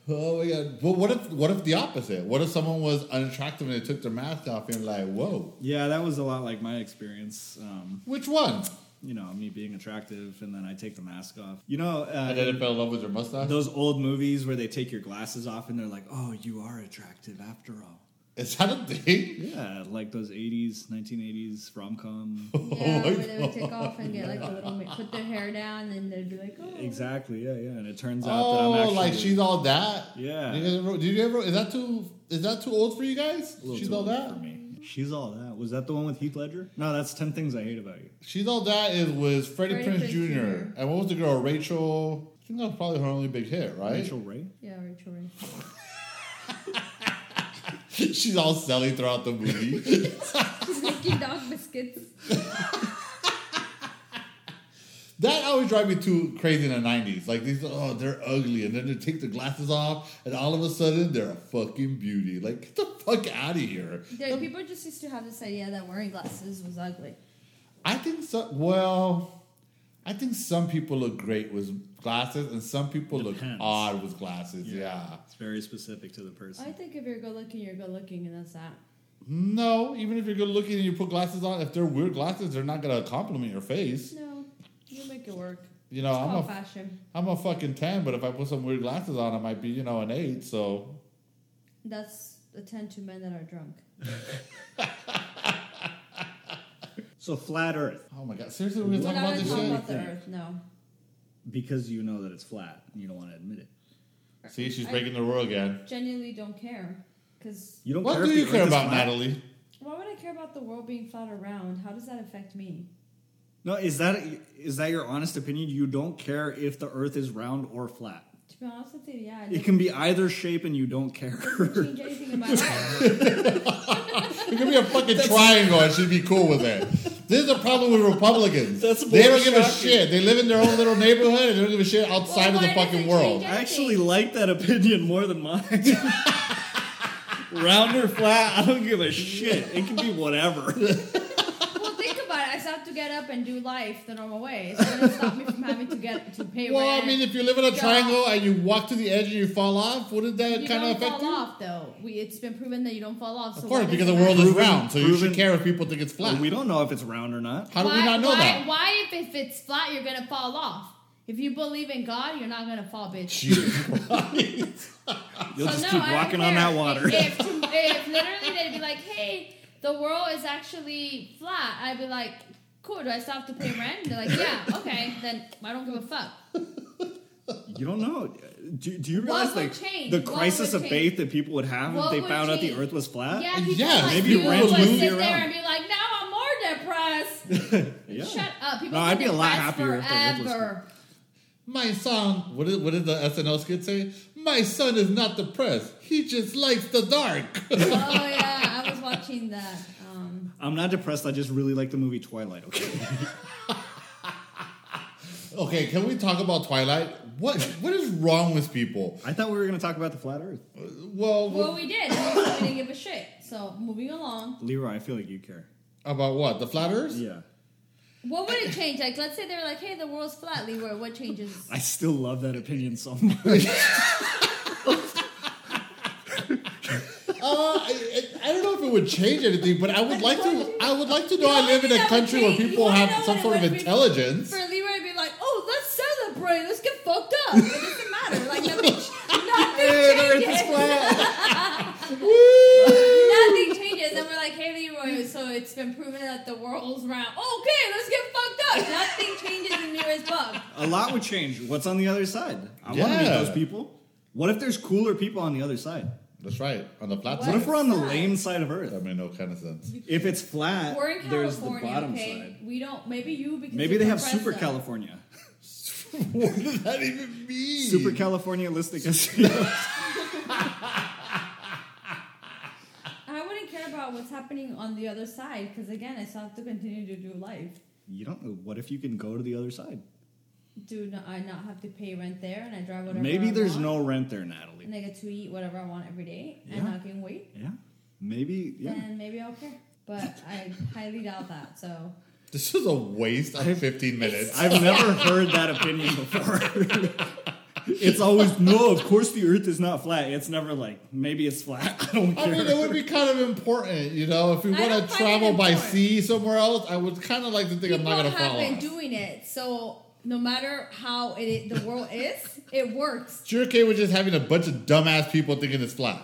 [SPEAKER 2] Oh my god! But what if what if the opposite? What if someone was unattractive and they took their mask off and you're like, whoa?
[SPEAKER 1] Yeah, that was a lot like my experience. Um,
[SPEAKER 2] Which one?
[SPEAKER 1] you know, me being attractive, and then I take the mask off. You know, uh,
[SPEAKER 2] And then it fell in love with your mustache.
[SPEAKER 1] those old movies where they take your glasses off and they're like, "Oh, you are attractive after all."
[SPEAKER 2] Is that a thing?
[SPEAKER 1] Yeah, like those '80s, 1980s rom com.
[SPEAKER 2] Oh
[SPEAKER 3] Yeah,
[SPEAKER 2] my
[SPEAKER 3] where they would take off and get like a little, ma- put their hair down, and they'd be like, oh,
[SPEAKER 1] Exactly. Yeah, yeah. And it turns out
[SPEAKER 2] Oh,
[SPEAKER 1] that I'm actually
[SPEAKER 2] like she's all that.
[SPEAKER 1] Yeah.
[SPEAKER 2] Did you, ever, did you ever? Is that too? Is that too old for you guys?
[SPEAKER 1] a little
[SPEAKER 2] She's
[SPEAKER 1] too
[SPEAKER 2] all
[SPEAKER 1] old
[SPEAKER 2] that.
[SPEAKER 1] for me. She's all that. Was that the one with Heath Ledger? No, that's Ten Things I Hate About You.
[SPEAKER 2] She's all that is was Freddie,
[SPEAKER 3] Freddie
[SPEAKER 2] Prinze
[SPEAKER 3] Prinze
[SPEAKER 2] Jr.
[SPEAKER 3] Jr..
[SPEAKER 2] And what was the girl? Rachel. I think that was probably her only big hit, right?
[SPEAKER 1] Rachel Ray.
[SPEAKER 3] yeah, Rachel. Ray.
[SPEAKER 2] she's all selling throughout the movie.
[SPEAKER 3] She's making dog biscuits.
[SPEAKER 2] That always drive me too crazy in the nineties. Like these, oh, they're ugly, and then they take their glasses off, and all of a sudden they're a fucking beauty. Like get the fuck out of here.
[SPEAKER 3] There, people just used to have this idea that wearing glasses was ugly.
[SPEAKER 2] I think so. Well, I think some people look great with glasses, and some people look
[SPEAKER 1] Depends.
[SPEAKER 2] odd with glasses. Yeah.
[SPEAKER 1] It's very specific to the person.
[SPEAKER 3] I think if you're good looking, you're good looking, and that's that.
[SPEAKER 2] No, even if you're good looking and you put glasses on, if they're weird glasses, they're not gonna compliment your face.
[SPEAKER 3] No, you make it work.
[SPEAKER 2] You know,
[SPEAKER 3] It's
[SPEAKER 2] I'm
[SPEAKER 3] called
[SPEAKER 2] a
[SPEAKER 3] fashion.
[SPEAKER 2] am a fucking ten, but if I put some weird glasses on, I might be you know an eight. So
[SPEAKER 3] That's the ten to men that are drunk.
[SPEAKER 1] so flat Earth,
[SPEAKER 2] oh my god, seriously, we're gonna
[SPEAKER 3] We're
[SPEAKER 2] talk
[SPEAKER 3] not
[SPEAKER 2] about
[SPEAKER 3] gonna
[SPEAKER 2] this
[SPEAKER 3] talk
[SPEAKER 2] shit.
[SPEAKER 3] about the earth, no.
[SPEAKER 1] because you know that it's flat, and you don't want to admit it.
[SPEAKER 2] See, she's
[SPEAKER 3] I-
[SPEAKER 2] breaking the rule again.
[SPEAKER 3] genuinely don't care. Because
[SPEAKER 1] You don't
[SPEAKER 2] What
[SPEAKER 1] care.
[SPEAKER 2] do
[SPEAKER 1] if
[SPEAKER 2] you
[SPEAKER 1] the
[SPEAKER 2] care
[SPEAKER 1] Earth is
[SPEAKER 2] about,
[SPEAKER 1] flat.
[SPEAKER 2] Natalie?
[SPEAKER 3] why would I care about the world being flat around? How does that affect me?
[SPEAKER 1] No, is that is that your honest opinion? You don't care if the Earth is round or flat.
[SPEAKER 3] To be honest with you, yeah,
[SPEAKER 1] It
[SPEAKER 3] it
[SPEAKER 1] can be either shape, and you don't care.
[SPEAKER 3] doesn't change anything in my life.
[SPEAKER 2] It could be a fucking triangle, and she'd be cool with it. This is the problem with Republicans.
[SPEAKER 1] That's
[SPEAKER 2] they don't give a
[SPEAKER 1] shocking.
[SPEAKER 2] shit. They live in their own little neighborhood, and they don't give a shit outside
[SPEAKER 3] Well,
[SPEAKER 2] of the
[SPEAKER 3] why does
[SPEAKER 2] fucking
[SPEAKER 3] it
[SPEAKER 2] world.
[SPEAKER 3] change
[SPEAKER 1] I actually like that opinion more than mine. round or flat, I don't give a shit. It can be whatever.
[SPEAKER 3] well, think about it. I still have to get up and do life the normal way. It's going to stop me from having to get to pay
[SPEAKER 2] Well,
[SPEAKER 3] rent.
[SPEAKER 2] I mean, if you live in a
[SPEAKER 3] job.
[SPEAKER 2] triangle and you walk to the edge and you fall off, wouldn't that
[SPEAKER 3] you
[SPEAKER 2] kind of
[SPEAKER 3] don't
[SPEAKER 2] affect
[SPEAKER 3] fall
[SPEAKER 2] you?
[SPEAKER 3] off though. We, it's been proven that you don't fall off.
[SPEAKER 2] Of
[SPEAKER 3] so why
[SPEAKER 2] course,
[SPEAKER 3] does
[SPEAKER 2] because
[SPEAKER 3] it
[SPEAKER 2] the world is
[SPEAKER 3] matter?
[SPEAKER 1] Proven-
[SPEAKER 2] round, so you should
[SPEAKER 1] proven-
[SPEAKER 2] care if people think it's flat.
[SPEAKER 1] Well, we don't know if it's round or not.
[SPEAKER 2] How do we not know
[SPEAKER 3] why,
[SPEAKER 2] that?
[SPEAKER 3] Why, if, if it's flat, you're gonna fall off? If you believe in God, you're not gonna fall, bitch.
[SPEAKER 2] Jesus Christ.
[SPEAKER 1] You'll
[SPEAKER 3] So
[SPEAKER 1] just
[SPEAKER 3] Oh, no,
[SPEAKER 1] keep
[SPEAKER 3] I don't
[SPEAKER 1] walking on
[SPEAKER 3] care.
[SPEAKER 1] that water.
[SPEAKER 3] If, if literally they'd be like, "Hey, the world is actually flat," I'd be like, "Cool, do I still have to pay rent?" They're like, "Yeah, okay, then I don't give a fuck."
[SPEAKER 1] You don't know. Do, do you
[SPEAKER 3] What
[SPEAKER 1] realize
[SPEAKER 3] would
[SPEAKER 1] like
[SPEAKER 3] change?
[SPEAKER 1] the
[SPEAKER 3] What
[SPEAKER 1] crisis
[SPEAKER 3] would
[SPEAKER 1] of
[SPEAKER 3] change?
[SPEAKER 1] faith that people would have
[SPEAKER 3] What
[SPEAKER 1] if they
[SPEAKER 3] would
[SPEAKER 1] found out
[SPEAKER 3] change?
[SPEAKER 1] the Earth was flat?
[SPEAKER 3] Yeah, people
[SPEAKER 2] yeah,
[SPEAKER 3] like
[SPEAKER 2] maybe
[SPEAKER 3] you
[SPEAKER 2] rent
[SPEAKER 3] would
[SPEAKER 2] will
[SPEAKER 3] sit
[SPEAKER 2] move
[SPEAKER 3] there
[SPEAKER 1] Uh, you around.
[SPEAKER 3] and be like, "Now I'm more depressed."
[SPEAKER 1] Yeah.
[SPEAKER 3] Shut up. People
[SPEAKER 1] No,
[SPEAKER 3] have
[SPEAKER 1] I'd
[SPEAKER 3] been
[SPEAKER 1] be a lot
[SPEAKER 3] depressed
[SPEAKER 1] happier if the Earth was
[SPEAKER 3] forever.
[SPEAKER 2] My song. What did, what did the SNL skit say? My son is not depressed. He just likes the dark.
[SPEAKER 3] oh yeah, I was watching that. Um,
[SPEAKER 1] I'm not depressed. I just really like the movie Twilight. Okay.
[SPEAKER 2] okay, can we talk about Twilight? What What is wrong with people?
[SPEAKER 1] I thought we were going to talk about the flat Earth.
[SPEAKER 2] Well,
[SPEAKER 3] well, we did. We didn't give a shit. So moving along,
[SPEAKER 1] Leroy, I feel like you care.
[SPEAKER 2] about what? The flat Earth?
[SPEAKER 1] Yeah.
[SPEAKER 3] what would it change? Like, let's say they were like, "Hey, the world's flat, Leroy. What changes?"
[SPEAKER 1] I still love that opinion so much.
[SPEAKER 2] Uh, I, I I don't know if it would change anything, but I would like to. I would like to know I
[SPEAKER 3] The
[SPEAKER 2] live in
[SPEAKER 3] only
[SPEAKER 2] a
[SPEAKER 3] thing that would
[SPEAKER 2] country where
[SPEAKER 3] change- you
[SPEAKER 2] people
[SPEAKER 3] wanna
[SPEAKER 2] have
[SPEAKER 3] know
[SPEAKER 2] some
[SPEAKER 3] what it
[SPEAKER 2] sort of
[SPEAKER 3] would be?
[SPEAKER 2] intelligence.
[SPEAKER 3] For Leroy, it'd be like, "Oh, let's celebrate. Let's get fucked up. It doesn't matter. Like nothing,
[SPEAKER 2] Hey, the
[SPEAKER 3] nothing
[SPEAKER 2] Earth is
[SPEAKER 3] changes.
[SPEAKER 2] flat. Woo!
[SPEAKER 3] Nothing changes." And we're like, "Hey, Leroy. So it's been proven that the world's round. Okay, let's get fucked up. Nothing changes in Leroy's book."
[SPEAKER 1] a lot would change. What's on the other side? I want to meet
[SPEAKER 2] Yeah.
[SPEAKER 1] those people. What if there's cooler people on the other side?
[SPEAKER 2] That's right. On the flat
[SPEAKER 1] What
[SPEAKER 2] side.
[SPEAKER 1] if we're on the
[SPEAKER 3] Side.
[SPEAKER 1] lame side of
[SPEAKER 2] That
[SPEAKER 1] Earth?
[SPEAKER 2] made no kind of sense.
[SPEAKER 1] If it's flat,
[SPEAKER 3] We're in
[SPEAKER 1] there's the
[SPEAKER 3] California,
[SPEAKER 1] bottom
[SPEAKER 3] okay?
[SPEAKER 1] side.
[SPEAKER 3] We don't. Maybe you because
[SPEAKER 1] Maybe
[SPEAKER 3] you're
[SPEAKER 1] they have
[SPEAKER 3] from
[SPEAKER 1] super
[SPEAKER 3] Fresno.
[SPEAKER 1] California.
[SPEAKER 2] what does that even mean?
[SPEAKER 1] Super California listicus.
[SPEAKER 3] I wouldn't care about what's happening on the other side because again, I still have to continue to do life.
[SPEAKER 1] you don't know. What if you can go to the other side?
[SPEAKER 3] Do not, I not have to pay rent there and I drive whatever.
[SPEAKER 1] Maybe
[SPEAKER 3] I
[SPEAKER 1] there's
[SPEAKER 3] want,
[SPEAKER 1] no rent there, Natalie.
[SPEAKER 3] And I get to eat whatever I want every day,
[SPEAKER 1] Yeah.
[SPEAKER 3] and I can wait.
[SPEAKER 1] Yeah. Maybe. Yeah.
[SPEAKER 3] And maybe I'll care, but I highly doubt that. So
[SPEAKER 2] This is a waste of 15 minutes.
[SPEAKER 1] I've never heard that opinion before. it's always no. Of course, the Earth is not flat. It's never like maybe it's flat. I don't
[SPEAKER 2] I
[SPEAKER 1] care.
[SPEAKER 2] mean, it would be kind of important, you know, if we
[SPEAKER 3] I
[SPEAKER 2] want
[SPEAKER 3] don't
[SPEAKER 2] to
[SPEAKER 3] find it
[SPEAKER 2] travel by
[SPEAKER 3] important.
[SPEAKER 2] sea somewhere else. I would kind of like to think I'm
[SPEAKER 3] people
[SPEAKER 2] not going to
[SPEAKER 3] have
[SPEAKER 2] fall
[SPEAKER 3] been
[SPEAKER 2] off.
[SPEAKER 3] doing it. So no matter how it the world is, it works.
[SPEAKER 2] Jurke was just having a bunch of dumbass people thinking it's flat.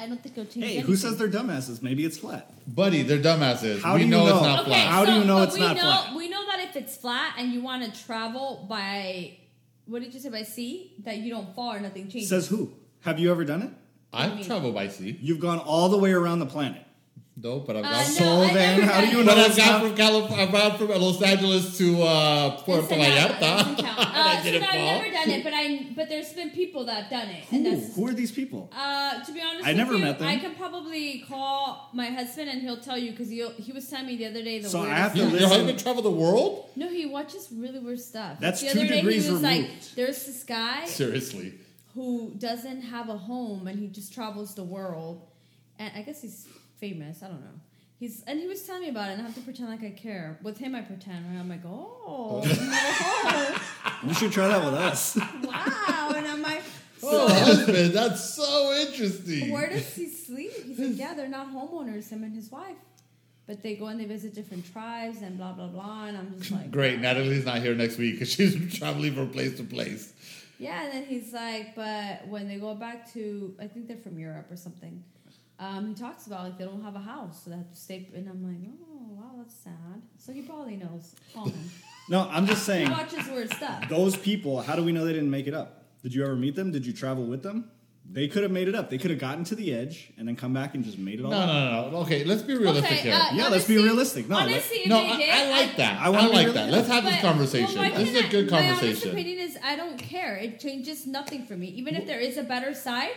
[SPEAKER 3] I don't think it'll change.
[SPEAKER 1] hey,
[SPEAKER 3] anything.
[SPEAKER 1] who says they're dumbasses? Maybe it's flat.
[SPEAKER 2] Buddy, they're dumbasses.
[SPEAKER 1] How
[SPEAKER 2] we
[SPEAKER 1] do you
[SPEAKER 2] know, it's
[SPEAKER 1] know?
[SPEAKER 2] not
[SPEAKER 3] Okay,
[SPEAKER 2] flat.
[SPEAKER 1] How do
[SPEAKER 3] so-
[SPEAKER 1] you know
[SPEAKER 3] but
[SPEAKER 1] it's
[SPEAKER 3] we
[SPEAKER 1] not
[SPEAKER 3] know,
[SPEAKER 1] flat?
[SPEAKER 3] We know that if it's flat and you want to travel by, what did you say, by sea, that you don't fall or nothing changes.
[SPEAKER 1] Says who? Have you ever done it?
[SPEAKER 2] I've traveled by sea,
[SPEAKER 1] You've gone all the way around the planet.
[SPEAKER 2] though, but I've
[SPEAKER 3] Uh,
[SPEAKER 2] got
[SPEAKER 3] no,
[SPEAKER 1] so
[SPEAKER 3] I've
[SPEAKER 1] then,
[SPEAKER 3] never
[SPEAKER 1] how do
[SPEAKER 3] done
[SPEAKER 1] you
[SPEAKER 3] it.
[SPEAKER 1] know
[SPEAKER 2] But I've
[SPEAKER 1] it's
[SPEAKER 2] gone
[SPEAKER 1] not
[SPEAKER 2] from, Calif- I've gone from Los Angeles to uh, Puerto
[SPEAKER 3] Ensenada,
[SPEAKER 2] Vallarta.
[SPEAKER 3] doesn't count.
[SPEAKER 2] I
[SPEAKER 3] Uh, so
[SPEAKER 2] didn't
[SPEAKER 3] no, I've
[SPEAKER 2] fall.
[SPEAKER 3] never done it, but I but there's been people that have done it, and
[SPEAKER 1] Who?
[SPEAKER 3] that's
[SPEAKER 1] Who are these people?
[SPEAKER 3] Uh, to be honest,
[SPEAKER 1] I
[SPEAKER 3] with
[SPEAKER 1] never
[SPEAKER 3] you,
[SPEAKER 1] met them.
[SPEAKER 3] I can probably call my husband and he'll tell you because he he was telling me the other day the
[SPEAKER 1] So I
[SPEAKER 3] weirdest
[SPEAKER 1] have to
[SPEAKER 2] You-
[SPEAKER 3] stuff.
[SPEAKER 2] Your
[SPEAKER 1] Listen.
[SPEAKER 2] husband traveled the world?
[SPEAKER 3] No, he watches really weird stuff.
[SPEAKER 1] That's
[SPEAKER 3] the
[SPEAKER 1] two
[SPEAKER 3] other day
[SPEAKER 1] degrees
[SPEAKER 3] he was like,
[SPEAKER 1] removed.
[SPEAKER 3] "There's this guy
[SPEAKER 2] Seriously.
[SPEAKER 3] who doesn't have a home and he just travels the world. And I guess he's famous. I don't know. He's and he was telling me about it, and I have to pretend like I care. With him, I pretend. Right? I'm like, oh, no.
[SPEAKER 1] You should try that with us.
[SPEAKER 3] wow. And I'm like,
[SPEAKER 2] Oh, husband, that's so interesting.
[SPEAKER 3] where does he sleep? He's like, yeah, they're not homeowners. Him and his wife, but they go and they visit different tribes and blah blah blah. And I'm just like,
[SPEAKER 2] Great, Natalie's not here next week because she's traveling from place to place.
[SPEAKER 3] Yeah, and then he's like, but when they go back to, I think they're from Europe or something. Um, he talks about like they don't have a house, so they have to stay. And I'm like, oh wow, that's sad. So he probably knows. Call him.
[SPEAKER 1] No, I'm just
[SPEAKER 3] he
[SPEAKER 1] saying.
[SPEAKER 3] watches weird stuff.
[SPEAKER 1] Those people, how do we know they didn't make it up? Did you ever meet them? Did you travel with them? They could have made it up. They could have gotten to the edge and then come back and just made it
[SPEAKER 2] No,
[SPEAKER 1] all
[SPEAKER 2] no,
[SPEAKER 1] up.
[SPEAKER 2] no, no. Okay, let's be realistic
[SPEAKER 3] Okay,
[SPEAKER 2] here.
[SPEAKER 3] uh,
[SPEAKER 1] Yeah, let's be
[SPEAKER 3] honestly-
[SPEAKER 1] realistic. No, let-
[SPEAKER 3] honestly, if
[SPEAKER 2] no,
[SPEAKER 3] they
[SPEAKER 2] I,
[SPEAKER 3] did,
[SPEAKER 2] I like that. I,
[SPEAKER 1] I wanna be
[SPEAKER 2] like
[SPEAKER 1] really
[SPEAKER 2] that. Let's have this
[SPEAKER 3] but-
[SPEAKER 2] conversation.
[SPEAKER 3] well, why
[SPEAKER 2] this is a
[SPEAKER 3] can't
[SPEAKER 2] good
[SPEAKER 3] I- My honest
[SPEAKER 2] conversation.
[SPEAKER 3] opinion is I don't care. It changes nothing for me. Even if there is a better side,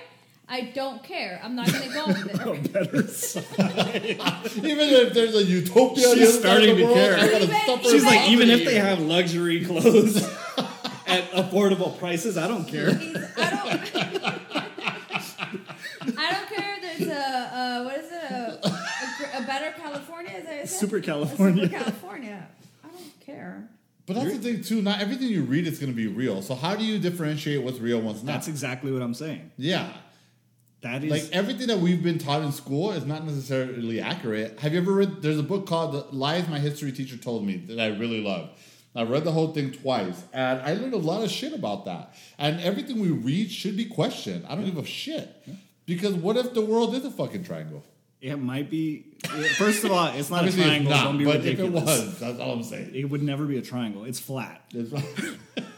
[SPEAKER 3] I don't care. I'm not gonna go with it.
[SPEAKER 1] better side.
[SPEAKER 2] Even if there's a utopia, on the
[SPEAKER 1] She's
[SPEAKER 2] other side of
[SPEAKER 1] starting
[SPEAKER 2] the
[SPEAKER 1] to
[SPEAKER 2] world,
[SPEAKER 1] care.
[SPEAKER 2] I gotta
[SPEAKER 3] Even-
[SPEAKER 2] suffer
[SPEAKER 1] She's like,
[SPEAKER 2] poverty
[SPEAKER 1] even if they
[SPEAKER 2] here."
[SPEAKER 1] have luxury clothes at affordable prices, I don't care.
[SPEAKER 3] He's- I don't. I don't care if there's a uh, what is it a, a, gr- a better California? Is that what it is?
[SPEAKER 1] Super California.
[SPEAKER 3] A super California. I don't
[SPEAKER 2] But that's the thing too. Not everything you read is going to be real. So how do you differentiate what's real and what's not?
[SPEAKER 1] That's exactly what I'm saying.
[SPEAKER 2] yeah.
[SPEAKER 1] That is
[SPEAKER 2] Like everything that we've been taught in school is not necessarily accurate. Have you ever read? There's a book called "The Lies My History Teacher Told Me" that I really love. I read the whole thing twice, and I learned a lot of shit about that. And everything we read should be questioned. I don't give a shit because what if the world is a fucking triangle?
[SPEAKER 1] it might be. First of all, it's not a
[SPEAKER 2] Obviously, it's
[SPEAKER 1] triangle.
[SPEAKER 2] not,
[SPEAKER 1] don't be
[SPEAKER 2] but
[SPEAKER 1] ridiculous.
[SPEAKER 2] if it was, that's all I'm saying.
[SPEAKER 1] It would never be a triangle. It's flat.
[SPEAKER 2] That's-